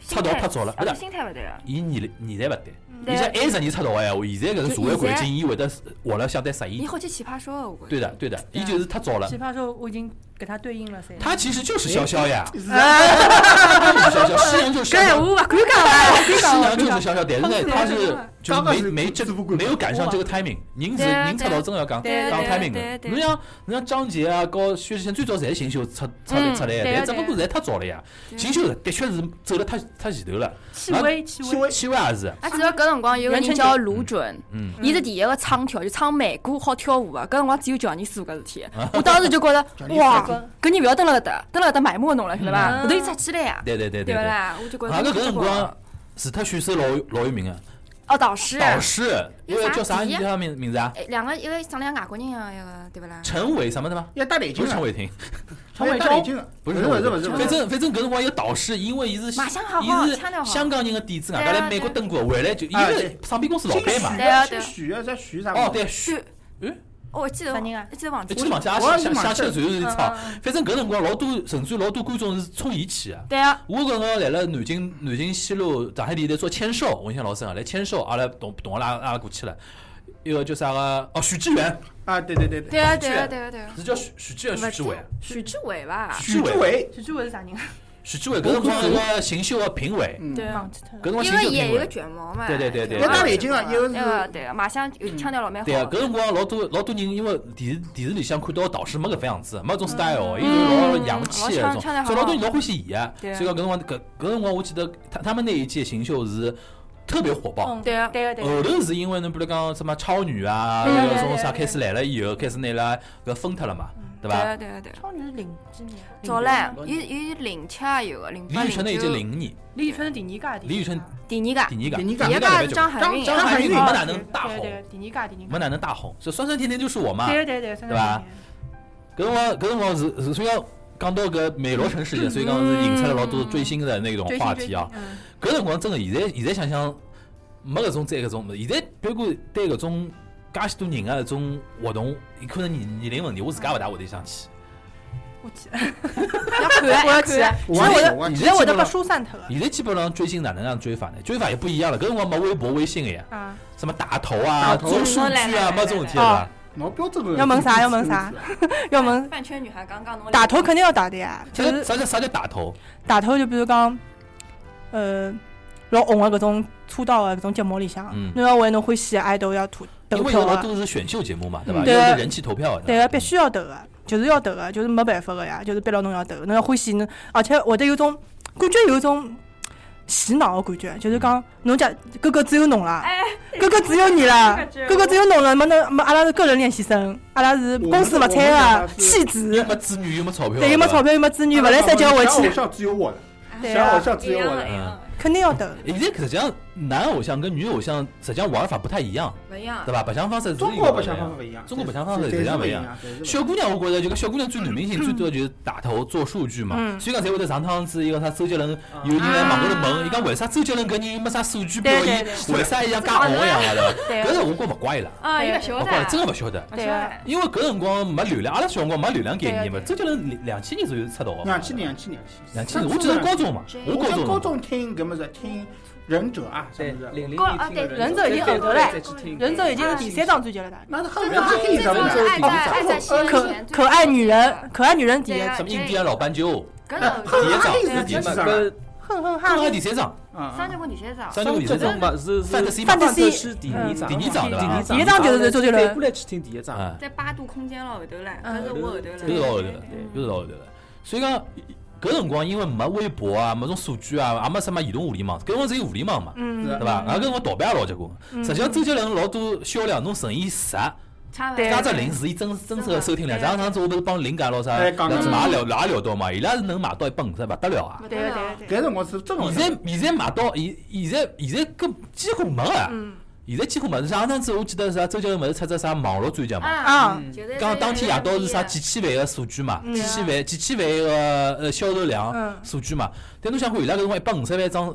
D: 心
B: 道
D: 态
B: 太早了，
D: 而
B: 不
D: 且
B: 是
D: 心态勿对了。
B: 伊年龄年代勿对。
D: 嗯对
B: 你像二十年出道个闲话，现在搿个社会环境，伊会得活了相对适
D: 伊
B: 应。
D: 好去奇葩说哦，我觉
B: 对
D: 着。
B: 的，对的，
C: 对
B: 伊
C: 啊
B: 就是太早了
C: 奇。葩说我已经给他对应了噻。
B: 他其实就是潇潇
D: [laughs]
B: 呀，
C: 哎，
B: 就是潇潇，西洋就是
D: 搿 [laughs]
B: 潇
D: 闲话
B: 潇，
D: 勿敢讲了。
B: [laughs] 西洋就是潇潇，但是呢，他
C: 对
B: 是
C: 啊
B: 就是
E: 刚刚
B: 没
E: 是
B: 没这
E: 自不管
B: 没有赶上这个 timing。人是
D: 对啊
B: 人出道真的要讲
C: 对啊
B: 讲
D: 对啊
B: timing
D: 对啊
B: 的。
D: 对啊
B: 侬像侬像张杰啊，和薛之谦最早侪是新秀出出来
D: 嗯
B: 出来的，
D: 对
B: 但
D: 啊
B: 只不过现在太早了呀。
D: 对啊
B: 新秀的确是走了太太前头了，
C: 戚薇，啊戚薇，
B: 戚薇也是，
D: 啊，只要搿辰光有个人叫卢准，
B: 嗯，
D: 伊是第一个唱跳，就唱慢歌好跳舞啊个。搿辰光只有乔尼斯做搿
B: [laughs]
D: 事体，我当时就
E: [laughs]
D: 觉得哇，搿人勿要蹲辣搿搭，蹲辣搿搭埋没侬了，晓得伐？后头伊出去了呀，
B: 对对嗯对对
D: 对勿。啦？我就觉得
B: 啊，
D: 搿
B: 那搿
D: 结
B: 辰
D: 棍
B: 光，除脱选手老有老有名啊，
D: 哦，导师，
B: 导师，一
D: 有
B: 个
D: 啥
B: 叫啥
D: 题
B: 你叫啥名名字啊？
D: 哎两个一个长得像外国人一样，一个对勿啦？
B: 陈伟什么的吗？
E: 要戴眼
B: 不
E: 镜
B: 是陈
E: 的，
B: 伟霆，
E: 要哎戴眼镜的，
B: 不
E: 是
B: 是
E: 不
B: 陈
E: 是
B: 伟
E: 不
B: 霆
E: 是不
B: 反
E: 是，
B: 正反正搿辰光一个导师，因为伊是
D: 马相好好
B: 伊
D: 腔调
B: 是
D: 好
B: 香港人的底子，外
D: 对
B: 加
D: 啊
B: 来美国蹲过，回来就伊
E: 啊
B: 是唱片公司老板嘛。
D: 对啊对
E: 姓
D: 啊
E: 许啊，叫许啥？
B: 哦，对，徐，
D: 是，哦我记得
C: 啥人啊
D: 我记得忘记
B: 记得
D: 了。
B: 往下
E: 我也
B: 想想
E: 是
B: 想
E: 忘记
B: 起来
E: 了
B: 最后是
C: 嗯
B: 唱，反正搿辰光老多，甚至老多观众是冲伊去的。
D: 对啊，
B: 我搿个来了南京南京西路上海地在做签售，我印象老深啊，来签售，阿拉同同学拉阿拉过去了，一个叫啥个哦许志远，
E: 啊，对对对对，
D: 对啊，
B: 徐
D: 对啊，
B: 志
D: 对啊，对啊。
B: 是叫许许志远许志伟啊，
D: 许志伟吧？
E: 许志伟，
C: 戚志伟是啥人啊？
B: 徐志伟搿辰光是个新秀个评委，
E: 嗯
D: 对啊
C: 忘，记脱
B: 搿
C: 了。
B: 辰光
D: 一
B: 新
D: 个
B: 秀
D: 也
B: 评
D: 有个
B: 委。
D: 卷毛嘛。
B: 对对对对
D: 卷毛
E: 一个戴眼镜啊
D: 嘛
E: 一个是
D: 那个对啊，马相有腔调老蛮好
B: 对啊，搿
D: 的。
B: 辰
C: 嗯
B: 光老多老多人，因为电视电视里向看到导师没搿副样子，没
C: 嗯
B: 种 style，伊就是老洋气的那种，
D: 嗯嗯嗯
B: 所以老多人老欢喜伊啊。所
D: 对
B: 以讲
D: 啊
B: 搿辰光搿搿辰光，我记得他他们那一届新秀是特别火爆。
C: 嗯
D: 对啊
C: 对啊，对啊。
B: 后头是因为侬比如讲什么超女啊，
C: 对对
B: 从
C: 对
B: 啥
C: 对嗯
B: 开始来了以后，开始拿拉搿分脱了嘛，对
D: 对
B: 伐？
D: 啊，对啊，对啊。
C: 超女是零几年？
D: 早嘞，有有零七也有个，零
B: 李
D: 八
B: 宇春那一届
D: 九
B: 零五年，
C: 李宇春是第二届，
B: 李宇春
D: 第二
B: 第
D: 届，
B: 二
E: 第
B: 届，
E: 二届
B: 第
D: 第二
B: 二
D: 届
B: 届
D: 是张含韵，
B: 啊张张含韵
C: 哦
B: 没哪能大
C: 对
B: 红
C: 对，对第二届，第二届
B: 没哪能大红，所以酸酸甜甜就是我嘛。
C: 对啊对对，
B: 对吧搿辰光，搿辰光是是所以讲讲到搿美罗城事件，所以讲是引出了老多追星的那种
C: 追星
B: 话
C: 追
B: 题啊
C: 星。嗯
B: 搿辰光真的，现在现在想想，没搿种再搿种物事。现在包括对搿种介许多人的搿种活动，有可能年年龄问题，我自家勿大会得想去。
C: 我去，
D: 要看，
C: 我要去
D: 去。。
E: 我
C: 现在我 [laughs]
E: 我
C: 的，现在我
B: 记
C: 的
B: 得了
C: 被疏散脱了。
B: 现在基本上追星哪能样追法呢？追法也不一样了。搿辰光没微博、微信的呀，
C: 啊，
B: 什么打头啊、
E: 打头
B: 做数
D: 嗯来
B: 据
D: 来
B: 啊，
D: 来
B: 没这种
D: 来
B: 事体了吧。
E: 老标准的，
C: 要问啥要问啥
E: 啊
C: 要么
D: 饭圈女孩刚刚侬
C: 打头肯定要打的呀，就
B: 啥叫啥
C: 是
B: 叫啥叫打头？
C: 打头就比如讲，呃，老红的搿种出道啊的搿种节目里向
B: 嗯，
C: 侬要为侬欢喜的 idol 啊要投投
B: 因为
C: 票
B: 有老
C: 啊，
B: 多是选秀节目嘛，对吧？
C: 嗯对
B: 要是人气投票的。
C: 对啊个，必须要投的，就是要投的，就是没办法的呀，就是逼牢侬要投，侬要欢喜侬，而且会得有种感觉有种洗脑的感觉，就是
B: 嗯
C: 讲侬家哥哥只有侬啦。
D: 哎，
C: 哥哥只有你了，哥哥只有侬了，没能没阿拉是个人练习生，阿拉是公司勿产啊，弃
B: 又
C: 子，
B: 没子女，又没钞票，
C: 对，又没
B: 吧
C: 钞票，又没子女，勿来三叫回
E: 小偶
C: 去，
E: 像只有啊我了，
C: 对
E: 小偶
C: 啊，
E: 像只有我了。
B: 嗯
C: 肯定要投。
B: 现在实际上男偶像跟女偶像实际上玩法不太一样，
D: 不一样
B: 对。吧？白相方式是
E: 啊中
B: 一
E: 国
B: 个
E: 白相
B: 样
E: 方式不一样，
B: 中国白相方式
E: 对
B: 是
E: 对
B: 这
E: 是
B: 样
E: 不
B: 不一
E: 一
B: 样
E: 样。对嗯是不一
B: 小姑娘，我觉得就跟小姑娘最男明星最多就是打头做数据嘛，
C: 嗯
B: 所以讲才会得上趟子一个啥周杰伦，
E: 啊
B: 有人来网高头问，伊讲为啥周杰伦搿人没啥数据表
C: 对对
B: 现，为啥伊像介红一样的？
D: 对
B: 搿是我觉勿怪伊拉，
D: 啊，伊勿晓
B: 勿
D: 得
B: 怪，真的勿晓得，
D: 对啊，
B: 因为搿辰光没流量，阿拉小辰光没流量概念嘛。
D: 对啊对啊
B: 周杰伦两两千年左右出道的嘛，
E: 样两千年，两千年，
B: 两千年，我记得高中嘛，我
E: 我
B: 高
E: 在
B: 中
E: 高
B: 嘛。
E: 中听搿么子听忍者啊什
F: 对
E: 么的，，
F: 零零
D: 高啊
F: 年
D: 对
F: 听的
C: 忍
F: 忍
C: 者已经
F: 对
C: 耳朵
F: 对
C: 嘞
F: 再去听
C: 人走已经是第三张专辑了，大
E: 那后
D: 真
E: 面
D: 的
E: 还可以
D: 最
E: 什
D: 早
E: 么
D: 是
E: 的
D: 爱在爱在西
C: 哥
D: 元
C: 可
D: 前，
C: 可爱女人，可爱女人第一
D: 对，啊
B: 什么
E: 哎
B: 印第安老斑鸠，
D: 搿种
E: [laughs]
B: 第一
E: 啊
B: 张，
E: 这个
B: 是第一
E: 真
B: 张
E: 是，
F: 搿
C: 哼哼
E: 哎
B: 上
C: 哈
B: 海，第三张，
E: 啊
D: 三九过第三张，
B: 三六第
F: 搿
B: 三
F: 种
B: 张，
F: 嘛是是
B: 范德西嘛
C: 范，德西
F: 是第二张，
C: 嗯
B: 第二张对吧
F: 第
C: 第一张就是周杰伦
F: 反过来去听第一张，
B: 啊，
D: 在八度空间了后头唻，搿是我后头了，
B: 又是老后头了，又是老后头了。所以讲，搿辰光因为没微博啊，没种数据啊，也没什么移动互联网，搿辰光只有互联网嘛，
C: 嗯
E: 是，
B: 对伐？啊，搿辰光盗版也老结棍。实际上，周杰伦老多销量，侬乘以十，
D: 差勿多。
B: 加只零是伊真真实个收听量。上趟子我勿是帮林家老啥，
E: 哎讲
B: 聊
E: 讲
B: 马聊聊也聊到嘛，伊拉是能买到一百五十，勿得了啊！
C: 对啊对啊对啊，
E: 搿辰光是真的
B: 现在现在买到，现现在现在搿几乎没啊，现在几乎没。上趟子我记得啥，周杰伦勿是出只啥网络专辑嘛？
D: 啊
C: 啊，
B: 讲当天夜到是啥几千万个数据嘛，
C: 嗯
B: 几千万几千万个呃销售量
C: 嗯
B: 数据嘛。但侬想看，伊拉搿辰光一百五十万张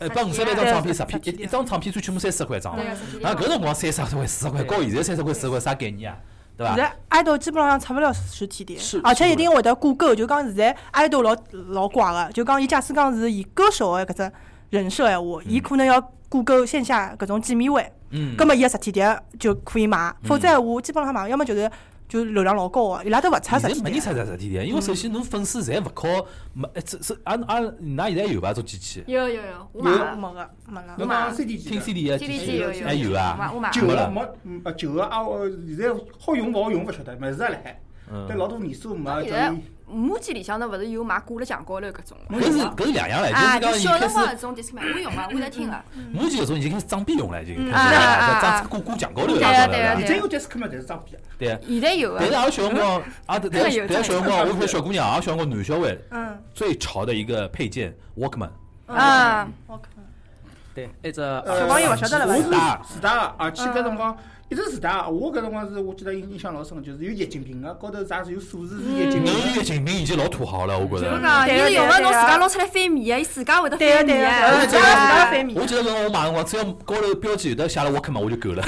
B: 一百五十万张唱片十片，一一张唱片最起码三十块一张
D: 啊
G: 对
B: 嘛。
G: 呀，实体
B: 那
G: 店
B: 啊搿辰光三十块、四十块，告现在三十块、四十块啥概念啊？对
C: 现
B: 伐？
C: 在 idol 基本上出不了实体店
F: 是，
C: 而且一定会得挂钩。就讲现在 idol 老老怪个，就讲伊假使讲是以歌手个搿只人设闲话，伊可能要挂钩线下搿种见面会，
B: 嗯
C: 葛，末伊个实体店就可以买，否则闲话基本上买，要么就是就流量老高个，伊拉都勿出
B: 现在
C: 实体
B: 没人
C: 店。
B: 出实体店，因为首先侬粉丝侪勿靠没，哎这这俺俺㑚现在有伐？种机器？
G: 有有有，我
C: 没
G: 买
C: 了
G: 了
C: 没个没了。
E: 侬
G: 嘛
E: 讲 CD 机
B: 听
E: 的
B: CD 啊，
G: ，CD 机有有
B: 还有
G: 我买
B: 啊，
G: 我买了，
E: 旧个没，嗯呃旧个啊，我现在好用勿好用勿晓得，没事来海。
B: 嗯
E: 但，老多年数没
D: 现
E: 叫
D: 在
E: 你，
D: 母机里向头勿是有买挂辣墙高头搿种吗？
B: 搿是搿是两样唻，
D: 啊，
B: 就
D: 就是小
B: 讲
D: 辰
B: 一
D: 光
B: 开
D: 搿
B: 始，
D: 种 Discman 我用啊，我在听个。
B: 我就搿种已经开始装逼用了，已经
D: 嗯
B: 开始
D: 啊啊啊
B: 装挂挂墙高头了，
D: 对啊对啊
B: 伐
E: 你真有 d i s c m 才是装逼啊！
B: 对啊。
D: 现在有
B: 但是
D: 个，
B: 阿拉小辰光，阿但但但小辰光，我看小姑娘，啊阿拉小辰光男小孩
C: 嗯，
B: 最潮的一个配件 Walkman，
D: 啊，
C: 我看
F: 对，一只
C: 小朋友勿
E: 我
C: 晓
E: 是
C: 得了伐？
E: 自带个，而且搿辰光一直自带个。我搿辰光是我记得印印象老深，就是有液晶屏个，高头啥是有数字是液晶
B: 侬
E: 屏
B: 有
E: 的。
B: 月经病已经老土豪了，我觉
D: 我
B: 着。
D: 讲，
C: 对
D: 伊
C: 啊对啊
D: 用个侬
C: 对啊
D: 自家捞出来翻面啊，伊自家会得
C: 对个
D: 翻
C: 对
D: 面
C: 个，
D: 啊
C: 呃
B: 对
C: 自
B: 啊
C: 家翻面
B: 我。记得搿辰光我买辰光，只要高头标记有的写了 Walkman 我就够了。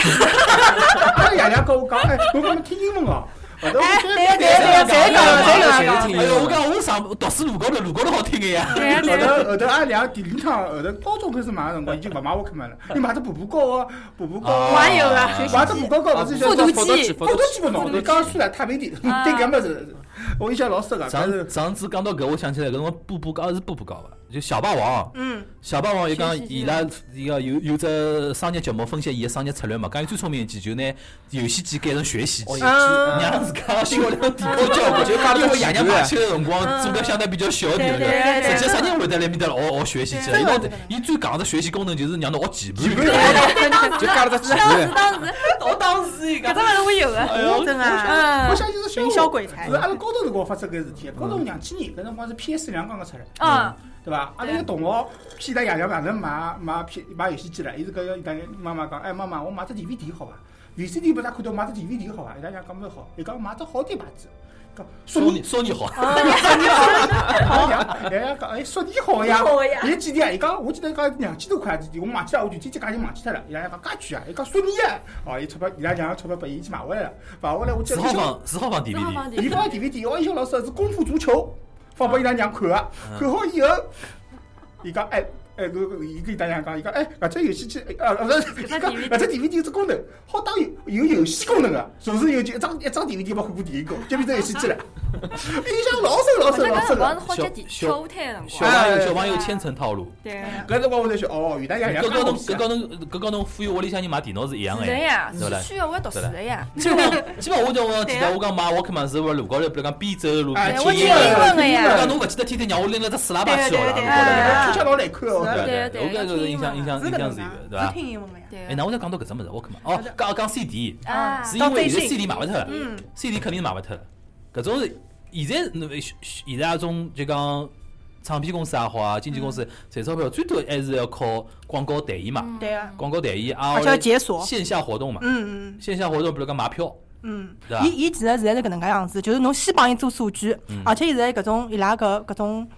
E: 他爷娘跟我讲，哎，侬搿么听英文哦？后头我
C: 哎，
E: 觉得
C: 对个对个对个对个对个。
B: 哎呦，我讲我上读书路高头，路高头好听个呀。
C: 对个对个。
E: 后头后头阿娘第二趟后头高中开始买个辰光，已经勿买
C: [laughs]
E: Walkman 了，伊买只步步高个步步
C: 哦
E: 高，
B: 还有啊
E: 买只步步高勿是叫
D: 复读机
E: 我都基本上，你刚出来太平地，
C: 啊
E: [laughs] 对搿么子，我印象老深个。
C: 哎
E: 但是
B: 上上次讲到搿，我想起来搿辰光步步高是步步高伐？就小霸王，
C: 嗯，
B: 小霸王伊讲
G: 是是是
B: 伊拉伊个有有只商业节目分析伊个商业策略嘛，讲伊最聪明一记就拿游戏机改成学习机。
C: 嗯，
B: 让自家销量提高交关，就讲因为爷娘买起来辰光做得相对比较小一点
C: 对对
B: 了，
C: 对对
B: 实际啥人会得来面搭学学学习机？
C: 对
B: 伊
C: 对
B: 讲
C: 对
B: 伊最讲的学习功能就是让侬学键盘。
F: 就加了只键
D: 当时
F: 盘，
D: 当时，
C: 我当时伊
D: 搿只物事我有个，
B: 哎呦
C: 真啊，
D: 嗯，
E: 我相信是小
C: 营销鬼才
E: 是阿拉高中辰光发生搿事体，高中两千年搿辰光是 PS 两刚刚出来，
C: 啊
D: 嗯，
E: 对伐？阿拉一个同学骗他爷娘哪能买买 P 买游戏机了？伊是搿要伊拉妈妈讲，哎妈妈，我买只 DVD 好伐？VCD 拨他看到买只 DVD 好伐？伊拉娘讲蛮好，伊讲买只好点牌子，讲
B: 索
E: 索
B: 尼
E: 尼，
B: 索尼好，
E: 阿拉爷娘讲哎索尼好呀，伊几钿啊？伊讲我记得讲两千多块钿，我忘记了，我具体价钿忘记脱了。伊拉娘讲介贵啊，伊讲索尼啊，哦，伊钞票伊拉娘钞票拨伊去买回来了，买回来我记
B: 四
E: 得
B: 号房四号房 DVD，
E: 伊放 DVD，我印象老深是《功夫足球》，放拨伊拉娘看个，看好以后，伊讲哎哎，侬伊跟伊拉娘讲，伊讲哎，搿只游戏机，呃，勿是，伊讲搿只 DVD 有只功能，好打游有游戏功能个，从此有就一张一张 DVD 没看过电影过，就变成游戏机了。印象老深老
D: 反正
E: 深老
D: 搿辰
E: 深
D: 光是
E: 了。
D: 好接地跳舞台的辰
B: 小
D: 光，
B: 朋友小朋友千层套路。
D: 对，
E: 搿辰光我才晓得哦，原来爷娘
B: 搿
E: 讲
B: 跟
E: 好
B: 侬
E: 戏
B: 搿
E: 啊
B: 跟侬搿跟侬富裕屋里向人买电脑是一样
D: 是
B: 的
D: 的
B: 呀。
D: 呀，
B: 对了
D: 是需要我读书的呀，
B: 基本上基本上我就我记得我讲买 Walkman 是勿是路高头，比如讲边走路
E: 哎
B: 边
D: 我
B: 听音
D: 听
B: 乐。
D: 英文的
B: 我
D: 呀
B: 讲，侬勿记得天天让我拎了只四喇叭去学
C: 对
B: 了，
C: 对
B: 路
C: 对
B: 高头
D: 哎
E: 看起来老难看哦。
B: 对
D: 对
B: 对，我
D: 对
B: 搿个印象印象
C: 是
B: 印
C: 搿
B: 象
C: 能
B: 是
C: 介
B: 有个，对
C: 是
B: 伐？
C: 听英文个呀。
D: 对
B: 哎，那我再讲到搿只物事，Walkman 哦，讲讲 CD，
D: 啊，
B: 是因为现在
C: 当飞信
B: CD 买勿脱了
C: 嗯
B: ，CD 肯定买勿脱了。搿种是现在侬现在啊种就讲唱片公司也好啊，经纪公司
C: 嗯
B: 赚钞票最多还是要靠广告代言嘛，
C: 对啊，
B: 广告代言啊，
C: 而且要解锁。
B: 线下活动嘛，
C: 嗯嗯
B: 线下活动比如讲买票，
C: 嗯
B: 对
C: 嗯
B: 吧，嗯
C: 伊伊其实现在是搿能介样子，就是侬先帮伊做数据，而且现在搿种伊拉搿搿种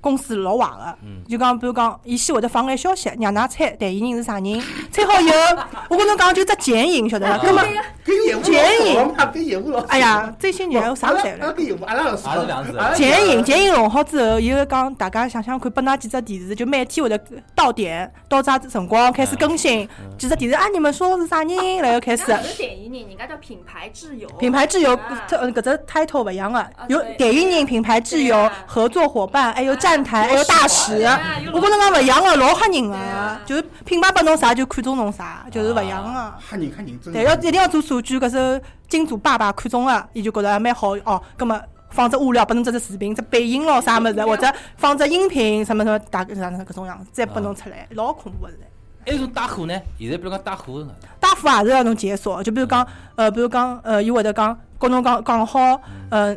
C: 公司老坏个
B: 嗯，
C: 就讲比如讲，伊先会得放眼消息，让㑚猜代言人是啥人， [laughs] 猜好以后，我跟侬讲就只剪影晓得
B: 啊
C: 伐？搿么，
E: 跟业务老少嘛，跟业务老少。
C: 哎呀，这些年还有啥
E: 阿
C: 不
E: 拉
C: 来
E: 阿拉
C: 了？
E: 跟业务阿拉老少。
B: 也是两子
E: 阿拉
C: 剪影，剪影弄好之后，伊会讲大家想想看，拨㑚几只电视，就每天会得到点到啥辰光开始更新几只电视啊？你们说是啥人？然后开始。
G: 人家不是代言人，人家叫品牌挚友，
C: 品牌挚友
G: 啊
C: 特呃搿只 title 勿一样个，有
G: 对
C: 代言人、品牌挚
G: 对
C: 友
G: 啊、
C: 合作伙伴，还有站台，还有大使
G: 啊。有
C: 我跟侬讲勿一样个，老吓人
G: 对
C: 个
G: 啊，
C: 就是品牌拨侬啥就看中侬啥，就是勿一样啊个。
E: 吓人吓人，真
C: 对，
E: 的
C: 要一定要做数据，搿是金主爸爸看中了，伊就觉得蛮好哦。葛末放只物料拨侬，只只视频、只背影咯啥物事，或者放只音频什么什么，大概啥搿种样子，再拨侬出来，
E: 啊
C: 老恐怖个现在。
B: 还有一种带货呢，现在比如讲带货，
C: 大幅也是要侬解锁，就比如讲，
E: 嗯
C: 呃，比如讲，呃，伊会得讲，跟侬讲讲好，
E: 嗯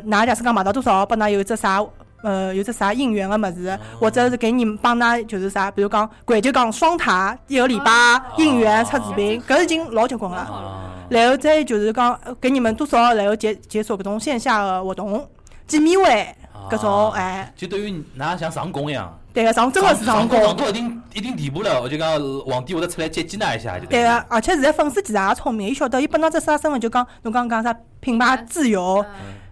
C: 呃，㑚假使讲买到多少，帮㑚有只啥，呃，有只啥应援个物
E: 哦
C: 事，或者是给你们帮㑚就是啥，比如讲，掼就讲双塔一个礼拜
E: 哦
C: 应援出视频，搿已经老结棍了。
B: 啊，
C: 然后再就是讲，呃给你们多少，然后解解锁搿种线下个活动、见面会，搿种
B: 啊
C: 哎，
B: 就等于㑚像上工一样，
C: 对个上真个是上
B: 工
C: 工，
B: 上到一定一定地步了，我就讲皇帝会得出来接见㑚一下，就
C: 对
B: 个
C: 啊个，而且现在粉丝其实也聪明，伊晓得伊拨侬只啥身份，就讲侬刚刚讲啥品牌自由，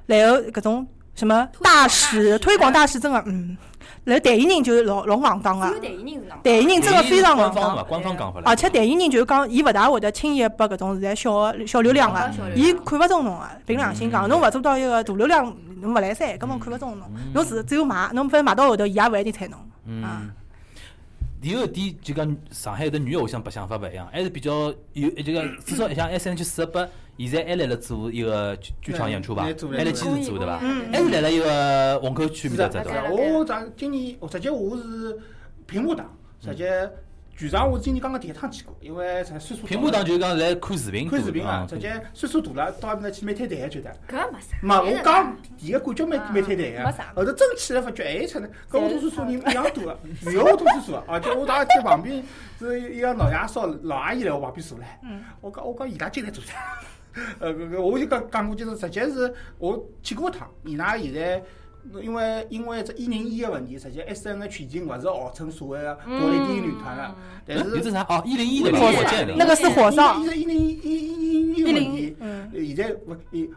C: 然后搿种什么大使啊推广大使，真个嗯，然后代言人就是老老硬当啊
G: 只
C: 个，
G: 有代言人是哪？
C: 代言人哎真个非常
B: 官
C: 硬
B: 方嘛，
C: 当。
B: 官方讲法来，
C: 而且代言人就是讲，伊勿大会得轻易拨搿种现在小的小流量个，伊看勿中侬个。凭良心讲，侬勿做到一个大流量，侬勿来三，根本看勿中侬。侬只只有买，侬反正买到后头，伊也勿一定睬侬。啊
B: 嗯，第二点就讲上海的女偶像白想法勿一样，还是比较有，呃就讲至少像 S N H 四十八，现在还来了做一个剧剧场演出吧
E: 来做，来
B: 还来
E: 做
B: 坚持做对吧？
C: 嗯
B: 还是来了一个虹口区
E: 是
B: 面
E: 的，
B: 搭在
E: 是
B: 对
E: 的
B: 伐？
E: 我哦咱今年，我直接我是屏幕党，直接剧场我今年刚刚第一趟去过，因为才岁数大了
B: 屏幕上就是讲来看视频多，
E: 看视频啊
B: 嗯，
E: 直接岁数大了，到埃面搭去蛮坍台的觉得。
G: 搿没啥。
E: 嘛，我
G: 别的
E: 讲第一个感觉蛮
G: 啊
E: 蛮坍台
G: 没
E: 个
G: 啥，
E: 后头真去了发觉，哎，出来跟我同岁数人一样多个，没有我同岁数个，而且我当时在旁边是一个老爷嫂、老阿姨来我旁边坐唻，我讲我讲伊拉进来做啥？呃，搿个我就讲讲过，就是直接是我去过一趟，伊拉现在。因为因为这一人一个问题，实际 S N H 已经勿是号称所谓的国内第一女团了，但
B: 嗯
E: 是
B: 有只啥哦，一零一对吧？
E: 火
B: 火箭的
C: 那个是火烧，嗯
E: 一零一一一一零一，现在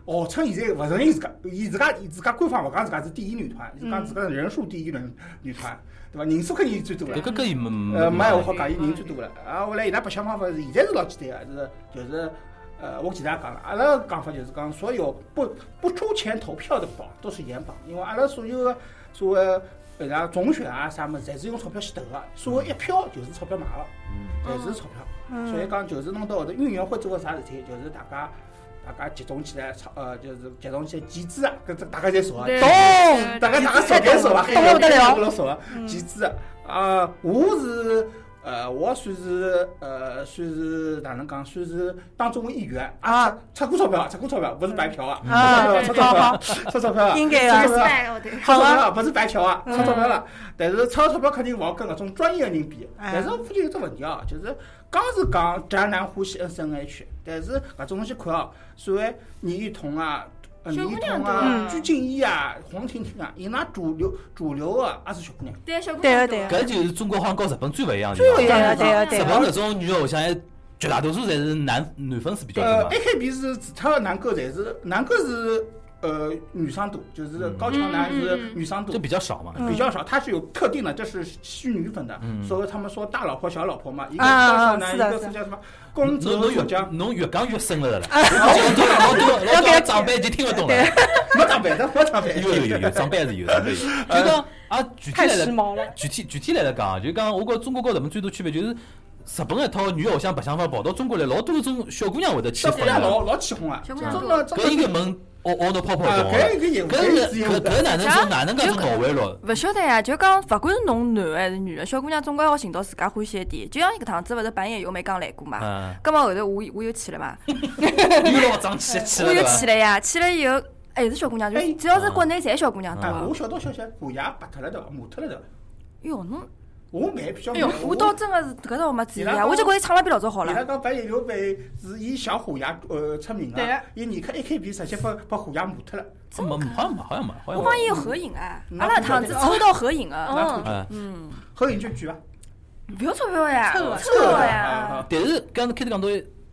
E: 勿，号称现在勿承认自家，伊自家伊自家官方勿讲自家是第一女团，伊讲自家人数第一女女团，对伐？人数肯定最多
B: 搿
E: 了。
B: 搿搿伊嗯没
E: 呃，没闲话好讲，伊人最多了。啊，后来伊拉白相方法是现在是老简单个，是就是呃，我前头也讲了，阿拉讲法就是讲，所有不不出钱投票的榜都是严榜，因为阿拉所有的所谓呃啥总选啊啥么子，侪是用钞票去投个，所谓一票就是钞票买了，侪是钞票。所以讲就是弄到后头运营会做个啥事体，就是大家大家集中起来，操呃，就是集中起来集资啊，搿只大家侪熟啊，
D: 对
C: 懂
E: 大家大家熟该熟啊，
C: 懂了不得了
E: 不老熟啊，集资啊，啊，我是。呃，我算是呃，算是哪能讲，算是当中的一员啊，出过钞票，出过钞票，不是白嫖啊，
C: 啊
E: 出钞票了，出钞票了，
C: 应该
E: 出
C: 啊
E: 钞票了
G: 哎，我对。
E: 钞票了，不是白嫖
G: 嗯
E: 啊，钞钞票了。但是钞钞票肯定勿好跟搿种专业人比。
G: 哎
E: 但是我发觉有只问题啊，就是刚是讲宅男欢喜 S N H，但是搿种东西看哦，所谓倪一桐啊。呃倪
G: 小
E: 一
G: 姑
E: 桐
G: 娘
E: 啊，鞠
G: 多
E: 婧祎啊，黄婷婷啊，伊拉主流主流的也是小姑娘，
G: 对小姑
C: 对
G: 娘
C: 个对个，
B: 搿就是中国好像跟日本最勿一样的地
C: 嗯对
B: 方。
C: 个对个对啊
B: 日本
C: 个，
B: 搿种女偶像，还绝大多数侪是男男粉丝比较
E: 呃
B: 多嘛。啊
C: 哎
E: ，A K B 是除脱男歌侪是男歌是呃女生多，就是高桥男
G: 嗯
E: 是女生多
B: 就，比较少嘛。
E: 比较少，它是有特定的，这是虚女粉的，所以他们说大老婆、小老婆嘛，一个
C: 啊
E: 高校
C: 啊
E: 男，
C: 是
E: 一
C: 的
E: 个
C: 是
E: 是
C: 的
E: 叫什么公
B: 侬
E: 主
B: 侬
E: 小
B: 越
E: 江，
B: 侬越讲越深了了啦，老多老多老多长辈就听勿懂了。
E: 没长辈的，没长辈。
B: 有有有有，长辈还是有长辈有。就讲啊，具体
C: 太
B: 来
C: 时
B: 了，
C: 髦了。
B: 具体具体来了讲，啊就讲我觉中国跟日本最大区别就是，日本一套女偶像白相法跑到中国来，老多搿种小姑娘会得起
E: 小
B: 粉
E: 姑娘
B: 的。
E: 老老起哄啊，
G: 小
E: 真
G: 姑娘
E: 的真
B: 搿应该
E: 的。
B: 问熬熬到泡泡
E: 啊
B: 懂，
E: 搿一个也
B: 搿
E: 也是
B: 是
E: 有
B: 搿
E: 的。
B: 搿哪能说哪能介种脑回路？
D: 勿晓得呀，就讲勿管是侬男还是女的，小姑娘总归要寻到自家欢喜的点。就像搿趟子勿是半夜游梅刚来过嘛，
B: 嗯，
D: 葛末后头我我又去了嘛，
B: 又老长气气
D: 我
B: 了
D: 又
B: 对
D: 去
B: 伐？
D: 了呀，去了以后还是小姑娘，就
E: 哎
D: 只要是国内侪小姑娘多
E: 啊，
D: 啊
E: 我。晓得小消息，我爷拔脱了对伐？磨脱了对伐？
D: 哎哟，侬
E: 我蛮比较
D: 哎哟
E: 慢，
D: 我倒真的是搿倒没注意
E: 伊拉
D: 啊，
E: 讲
D: 我就觉着唱了比老早好
E: 伊拉
D: 了。
E: 讲白夜刘备是以小虎牙呃出名
C: 对
E: 的
C: 啊，
E: 伊尼克 AKB 直接把把虎牙磨脱了。
B: 没没好像没好像没好
D: 我
B: 像
D: 帮
B: 没。
D: 伊有合影啊，
E: 嗯
D: 阿拉趟子抽到合影
G: 嗯
D: 啊，
B: 嗯，
D: 嗯，
E: 合影就举伐？
D: 不要钞票呀，
C: 凑啊
D: 凑啊呀，
E: 啊，
B: 但是刚开头讲到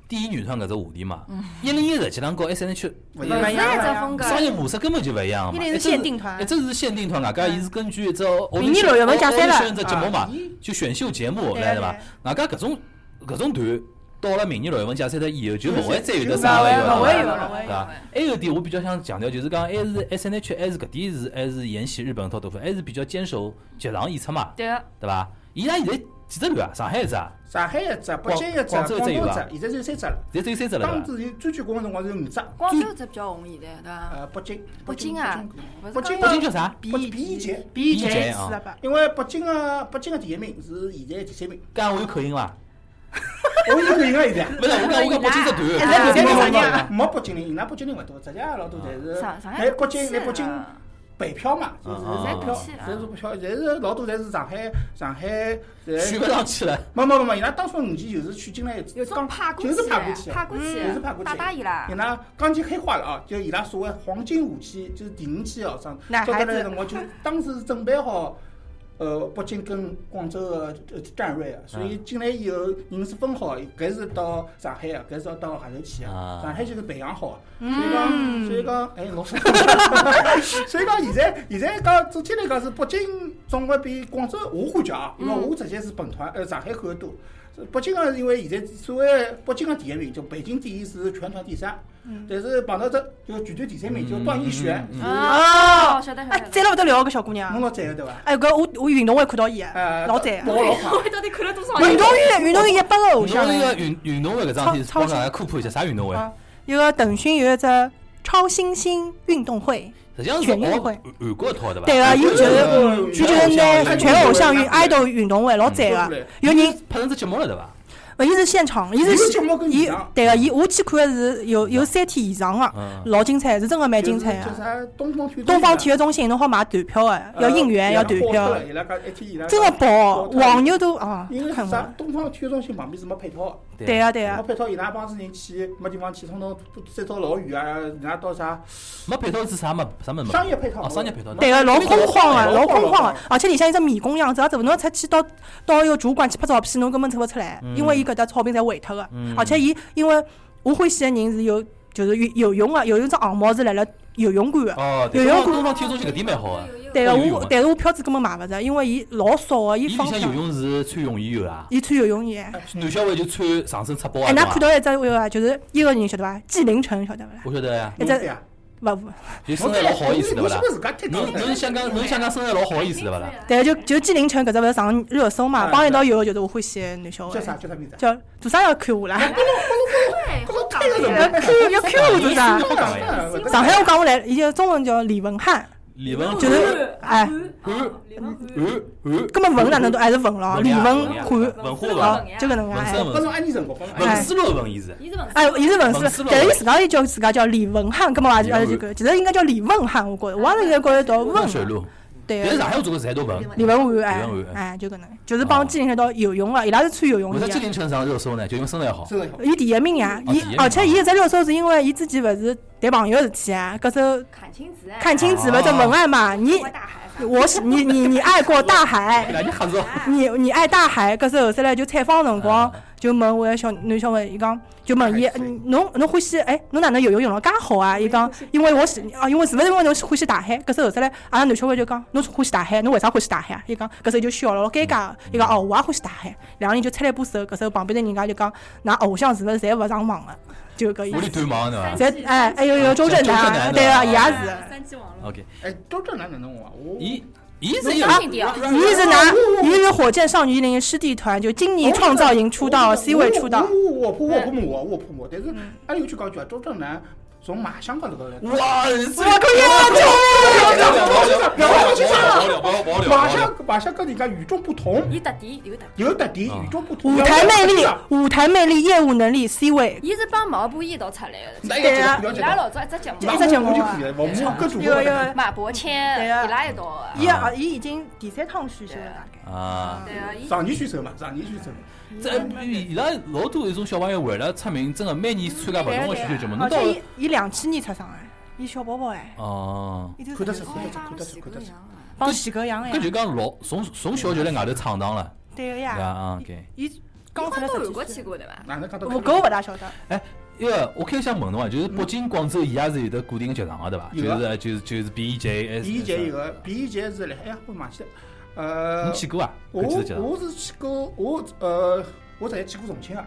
B: 第一女团�'t只话题嘛，一零一实际上跟 S N H
E: 勿一
D: 勿是一
E: 样
D: 只
E: 啊
D: 风格。
B: 商业模式根本就勿一样嘛。
C: 101是限定团
B: 一只是限定团，外加伊是根据一只
C: 明年六月份解散了啊
B: 选只节目嘛，就选秀节目来的嘛。外加搿种搿种团到了明年六月份解散了以后，就勿会再有得啥个
C: 勿会有
B: 了。
C: 了，勿会
B: 对
C: 有。
B: 伐？还有一点我比较想强调，就是讲还是 S N H 还是搿点是还是沿袭日本套路分，还是比较坚守剧场演出嘛，
D: 对啊个，
B: 对伐？伊拉现在几只团啊？上海一只啊，
E: 上海一只，北京一只，
B: 广
E: 广
B: 州
E: 东
B: 一
E: 一
B: 只
E: 只，
B: 有伐
E: 现在只有三只了。
B: 现在只有三只了对
E: 当
B: 伐？
E: 时有最最光的辰光是五只，
D: 广州只比较红现在，对伐？
E: 呃，北京，
D: 北京啊
E: 北京
B: 北京
E: 啊，
B: 叫啥？
E: 北京比姐，
C: B
B: 一节
C: J
B: 啊
C: 四十八，
E: 因为北京啊，北京的第一名是现在第三名，
B: 刚我有口音伐？勿是，我讲
D: [laughs]
E: 我有人啊现在。
B: 我讲北京只团。
C: 现在
E: 没
C: 比赛
E: 没
C: 啥
E: [laughs] 没
C: 样？啊
E: 呃没北京人，伊拉北京人勿多，直接也老多侪是
D: 哦上上海
E: 来北京来北京
D: 啊
E: 北漂嘛，就是
B: 嗯
E: 北漂，
G: 嗯
E: 侪是北漂，侪是老多侪是上海，上海
B: 去
E: 侪
B: 勿。上去了。
E: 没没没没，伊拉当初五期就是去进来，
G: 有种爬过
E: 就
G: 去
E: 是
G: 的，
E: 爬过去的，
D: 啊
G: 爬过去的，
E: 啊就是爬过去的
G: 嗯打打伊
C: 啊
G: 拉
E: 伊，拉钢琴黑化了啊，就伊拉所谓黄金五期，就是第五啊期的学生，
C: 那
E: 交
C: 孩
E: 得
C: 子
E: 来的辰光就当时是准备好，呃，北京跟广州的呃站位的，所以进来以后人是分好的，搿是到上海啊的，搿是要到杭州去的，
B: 啊
E: 上海就是培养好的，所以
C: 嗯
E: 讲，所以讲，哎，老师， [laughs] 所以讲现在现在讲总体来讲是北京总归比广州，我感觉啊，因为
C: 嗯
E: 我直接是本团，呃，上海看得多。北京啊个因为现在所谓北京个第一名，就北京第一是全团第三，
C: 嗯
E: 但是碰到这就全团第三名，就
B: 嗯
E: 段奕璇，
C: 哦，
G: 嗯晓得
C: 哎
G: 晓，得。
C: 赞了不得了，搿小姑
E: 侬
C: 娘。
E: 老赞个对伐？
C: 哎，搿我我运动会看到伊
E: 嗯呃，
C: 的，老赞啊
E: 跑。老快，
G: 到底看了多少
C: 运动员，运动员一般个
B: 运
C: 偶
B: 动
C: 像
B: 那个
C: 嘞。
B: 运运动会搿桩事体，
C: 超
B: 帮
C: 超
B: 大家科普一下啥运动会？
C: 啊，一个腾讯有一只超新星运动会，
B: 实际上是
C: 全运
B: 学
C: 会
B: 韩国一套对伐？
C: 对啊个，伊哎就是
E: 嗯
C: 伊就是拿全偶像运
E: 哎
C: idol 运动会，老赞
E: 嗯
C: 个。有人
B: 拍成只节目了对伐？
C: 呃，伊是现场，伊
E: 伊
C: 是
E: 是节目跟
C: 伊
E: 现场
C: 对个，伊我去看的是有有三天以上个
B: 嗯，
C: 老精彩，是真个蛮精彩
E: 就
C: 个。
E: 是啥东方体育啊
C: 东方体育中心侬好买团票个，要
E: 呃
C: 应援要团票，
E: 伊拉讲一天伊拉
C: 真个爆，黄。牛都啊，
E: 因为
C: 太
E: 啥
C: 猛！？
E: 东方体育中心旁边是没配套，
C: 对
B: 啊，
C: 啊对
E: 没
C: 啊，
E: 配套，伊拉帮子人去没地方去，通通再到老远啊，伊拉到啥
B: 没配套是啥么啥么子嘛？
E: 商业配套
B: 哦，商业配套。
C: 对啊个，老空旷
E: 哎
C: 个，老空
E: 老
C: 旷
E: 晃
C: 个
E: 了，
C: 而且里向一只迷宫样子，啊，怎么侬要出去到到一个主管去拍照片，侬根本抽勿出来，因为伊搿搭草坪侪毁脱个，而且伊因为我欢喜个人是有就是游游泳个，游泳只项目是辣辣游泳馆个。
B: 哦，对
C: 游泳
B: 东方体育中心搿点蛮好个，
C: 对个，
B: 哦游泳
C: 我
B: 啊
C: 但是我票子根本买勿着，因为伊老少个，伊
B: 伊里
C: 放
B: 向
C: 票
B: 游泳是穿泳衣游啊，
C: 伊穿游泳衣。
B: 男小孩就穿上身赤膊啊。
C: 哎，
B: 对
C: 㑚
B: 伐
C: 看到一只那个就是一个人晓得伐？纪凌尘晓得伐？
B: 我晓得呀，
E: 一呀，
C: 勿勿，
B: 就身材老好的意思对勿啦
E: 我？是自家太
B: 侬侬是香港侬是香港身材老好的意思对勿啦？
C: 对，就就纪凌尘搿只勿是上热搜嘛，
E: 哎
C: 帮伊一道游的就是我欢喜的男小
E: 叫
C: 孩，
E: 啥叫啥名字？
C: 叫做啥要看我啦？
G: 对，好搞
E: 这个怎么
G: 的呀
C: 要
E: 办
C: 看要看我做啥？上海我讲下来，伊叫中文叫李文翰，
B: 李
G: 嗯
B: 文
C: 就
B: 就是
C: 哎，
B: 韩韩
C: 根本文哪能都还是文咯，李文
B: 文
C: 翰
B: 文化
C: 哦
B: 文，
C: 就搿能介
B: 文
C: 哎
B: 森。
E: 帮
B: 文
E: 侬安妮辰光，帮侬
B: 文
E: 安
B: 思路文伊是。
G: 伊是文
C: 哎，伊是文
B: 文
C: 字
B: 思，
C: 但是
B: 路
C: 伊自家也叫自家叫李文翰，葛末也就
B: 李
C: 也就这
B: 文
C: 个，其实应该叫李文翰，我觉着，我也是觉着读文
B: 文水路，
C: 对
B: 但是上海我总归是侪都文。
C: 李文翰，
B: 李文
C: 哎
B: 翰
C: 哎，就搿能，就是
B: 哦
C: 帮纪凌尘一道游泳了，啊伊拉是穿游泳
B: 为
C: 衣
B: 啥纪
C: 的。
B: 凌尘上热搜呢？就因为身材好。
E: 真的好。
C: 伊第一名呀，
B: 哦
C: 啊伊
B: 第一名
C: 而且伊一只热搜是因为伊之前勿是谈朋友的事体啊，搿首
G: 看清子，哎
C: 看清子勿是文案嘛，你
G: 我大海啥，
C: 我喜你你你爱过大海，
B: 哪能吓着？
C: 你你爱大海，搿首后头来就采访辰
B: 啊
C: 光就问我个小男小孩，伊讲就问伊
E: 大海水
C: 嗯侬侬欢喜哎侬哪能游泳泳了介好啊？伊讲因为我喜啊，因为是勿是因为侬欢喜大海？搿首后头来阿拉男小孩就讲侬欢喜大海，侬为啥欢喜大海啊？伊讲搿首就笑了，老尴
B: 嗯
C: 尬。伊讲哦我也欢喜大海，两个人就擦了一把手，搿首旁边的人家就讲㑚偶像是勿是侪勿上网了？就搿意
B: 屋里
C: 思。
B: 短盲对伐
C: 在哎，还有有周震
B: 啊周震南
C: 南，
B: 的
C: 对啊，伊也
B: 啊
C: 是。
G: 哎三级网络，
B: ？OK，
E: 哎，周震南哪能我？我
B: 伊伊是
G: 侬
B: 有
G: 相信点啊，
C: 一是
B: 哦
C: 拿一是火箭少女一零师弟团，就金妮创造营出
B: 哦
C: 道，C 位出道。
E: 我我我我不抹，我不抹。但是俺有句讲句啊，周震南从马香港这个人，
B: 哇，
C: 我可
B: 不好聊，不
C: 以
E: 不要去
B: 好聊，不好聊，
E: 马香马香跟人家与众不同，
G: 伊特点有特点，
E: 有特点，与众不同。
C: 舞台魅力，舞台魅力，业务能力，C 位。
G: 伊是帮毛不易一道出来的。
E: 那要了
G: 伊
E: 解
G: 拉老早一只节目，
E: 马我就可以了，我们各主播。
G: 马伯骞，伊拉一道的。
C: 伊啊，伊已经第三趟选秀了，
B: 啊，
G: 对啊，伊
E: 常年选手嘛，常年选手。
B: 这伊拉老多一种小朋友为了出名，真的每年参加勿同的选秀节目，侬
C: 而
B: 到
C: 且伊伊两千年出生哎，伊小宝宝哎，
B: 哦。
C: 伊就
E: 看得出，
C: 是
E: 看得出，看得出，看得出。
C: 帮喜格羊哎
B: 搿，就讲老从从小就来外头闯荡了，
C: 对
B: 啊对
C: 个
B: 伐？
C: 呀，
B: 啊，OK。
C: 伊
G: 刚
C: 刚出
G: 才
C: 来
G: 到
C: 十
G: 韩国
C: 几
G: 去
C: 岁，
G: 过对伐？
E: 哪能讲到？
C: 我搿我勿大晓得。
B: 哎，一个我开始想问侬啊，就是北京、广州，伊也是有得固定的剧场个对伐？
E: 有啊
B: 就是就是就是 BEJ，
E: 第一届有啊个，第一届是来，哎呀，我忘记了。呃
B: 侬，去过啊？
E: 我
B: 搿几个剧场，
E: 我是去过，我呃，我直接去过重庆啊，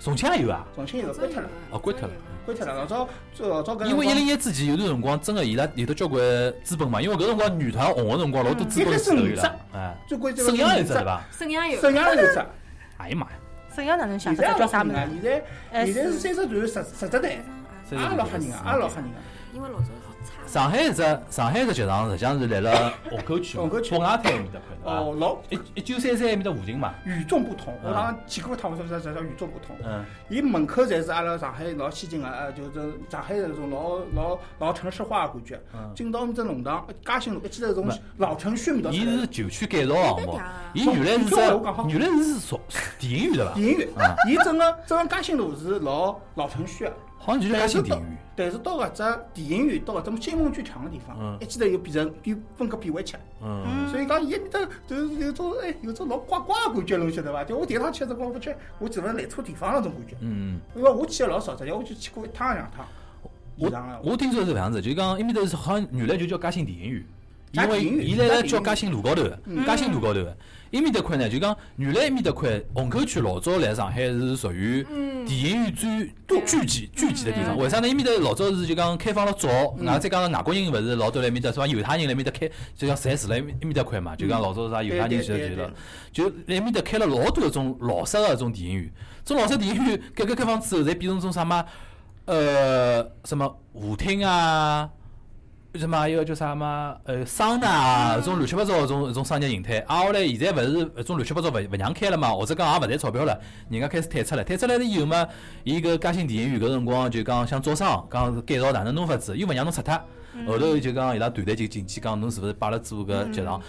B: 重庆也有啊？
E: 重庆有个关脱了，
B: 哦，关
G: 啊
B: 脱了。
E: 关脱了。老早老早搿
B: 因为一零一之前有段辰光，真的伊拉有得交关资本嘛，因为搿辰光女团红个辰光，老
E: 嗯
B: 多资本去投伊拉。哎，
E: 最关键
B: 沈阳有只对？伐？
G: 沈阳有，
E: 沈阳有只，
B: 哎呀妈呀！
C: 沈阳哪能想
E: 现
C: 得
E: 在
C: 叫啥名
E: 啊？
C: 字？
E: 现在现在是三十团十十只队，
F: 真
E: 也
F: 的
E: 老吓人啊，也老吓人啊。
G: 因为老早是差不多。
B: 上海一只上海一只剧场实际上是来了
E: [coughs]
B: 虹口区嘛，
E: 虹口区
B: 北外滩埃面搭块对伐？
E: 哦，老
B: 啊一一九三三埃面搭附近嘛，
E: 与众不同。我
B: 嗯
E: 上去过一趟，我说啥啥叫与众不同。
B: 嗯，
E: 伊门口侪是阿拉上海老先进个，呃，就是上海的那种老老老城市化的感觉
B: 嗯。
E: 进到我们这弄堂，介新路一记头从
B: 没
E: 老城区味道出
B: 伊
E: 来
B: 是
E: 了。
B: 旧区改造项目，伊原来是只
E: 从哦从我讲好
B: 原来是属电影院对伐？
E: 电影院，伊整个整个嘉兴路是老老城区的，啊
B: 好像就是嘉
E: 但是
B: 兴
E: 到
B: 电影院。
E: 但是到搿只电影院到搿种新风剧强的地
B: 嗯
E: 方，一记头又变成又风格变回去了。
B: 嗯，
E: 所以讲，伊面搭就是有种哎，有种老怪怪的感觉，侬晓得伐？就我第一趟去的辰光，我觉得我只能来错地方那种感觉。
B: 嗯，
E: 因为我去的老少，实际上我就去过一趟两趟。以上
B: 我
E: 了，
B: 我听说是搿样子，就是讲埃面搭是好像原来就叫嘉兴电影院。因
E: 嘉
B: 为
E: 电影院
B: 伊来了
E: 嘉
B: 叫
E: 电影院嗯
B: 嘉兴路高头的，嘉兴路高头的，埃面搭块呢，就讲原来埃面搭块虹口区老早来上海是属于
E: 嗯
B: 电影院最聚集聚集的地方。为啥呢？埃面搭老早是就讲开放了早，
E: 嗯
B: 然后再加上外国人勿是老早来埃面搭，是吧？犹太人来埃面搭开，就讲侪住辣埃面埃面搭块嘛，就讲老早啥犹太人
E: 对对
B: 其实
E: 嗯
B: 就
E: 对
B: 是
E: 对
B: 了，就埃面搭开了老多种老式的种电影院，种老式电影院改革开放之后，侪变成种啥嘛？呃，什么舞厅啊？什么还有叫啥嘛？呃，桑拿啊，种乱七八糟的种种商业形态。啊，后来现在勿是呃种乱七八糟勿勿让开了嘛，或者讲也勿赚钞票了，人家开始退出了。退出来了以后嘛，伊搿嘉兴电影院搿辰光就讲想招商，讲改造哪能弄法子，又勿让侬出脱。后头就讲伊拉团队就进去讲，侬是勿是摆了做搿剧场？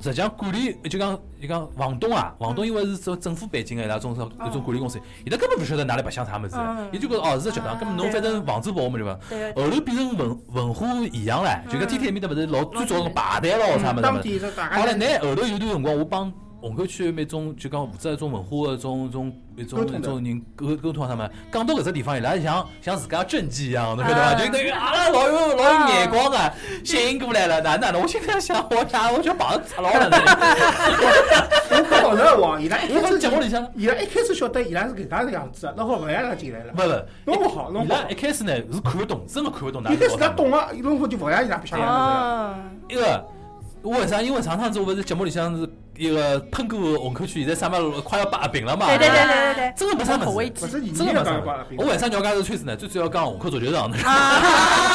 B: 实际上管理就讲就讲房东啊，房东因为是做政府背景个伊拉种一种管理公司，伊拉根本勿晓得哪里白相啥物事
C: 嗯，
B: 伊就觉着哦是个剧
E: 啊
B: 场，根本侬反正房子拨我们就伐。
C: 对
B: 后头变成文文化现象唻，就讲天天埃面搭勿是老最早种排队咯啥物事
E: 嗯当
B: 么
E: 地
B: 子。
E: 是大家
B: 好嘞，那后头有段辰光，我帮虹口区埃面种就讲负责一种文化的种种一种
E: 沟
B: 一
E: 通的
B: 种人沟沟通啊啥么，讲到搿只地方，伊拉像像自家政绩一样，侬晓得
E: 啊
B: 伐？就等于阿拉老有老有眼光
E: [laughs]
B: 啊，吸引过来了，哪能哪能？我心里在想，我啥我就绑砸牢了呢？
E: [laughs] 我讲老实闲话，伊拉一
B: 我
E: 开
B: 讲
E: 始
B: 节目里向。
E: 伊拉一开始晓得伊拉是搿能介样子的，然后勿让伊拉进来了
B: 勿。勿，
E: 弄不好弄
B: 伊
E: 不好
B: 拉一开始呢是看勿懂，真个看勿懂哪
E: 一
B: 里
E: 开
B: 搞
E: 始
B: 啥
E: 他
B: 物事
E: 懂啊，弄好就勿让伊拉白相了。
C: 哦，
B: 一个，我为啥？因为上趟子我不是节目里向是一个喷过虹口区，现在啥么快要把病了嘛？
C: 对对对
B: 吧
C: 对对
B: 真的没啥
C: 口
B: 么
C: 味
B: 事，
E: 不是你
B: 啊真的没
E: 讲
B: 啥
E: 的
B: 么事。我为啥要介头圈子呢？最主要讲虹口足球场呢？
C: 对，啊，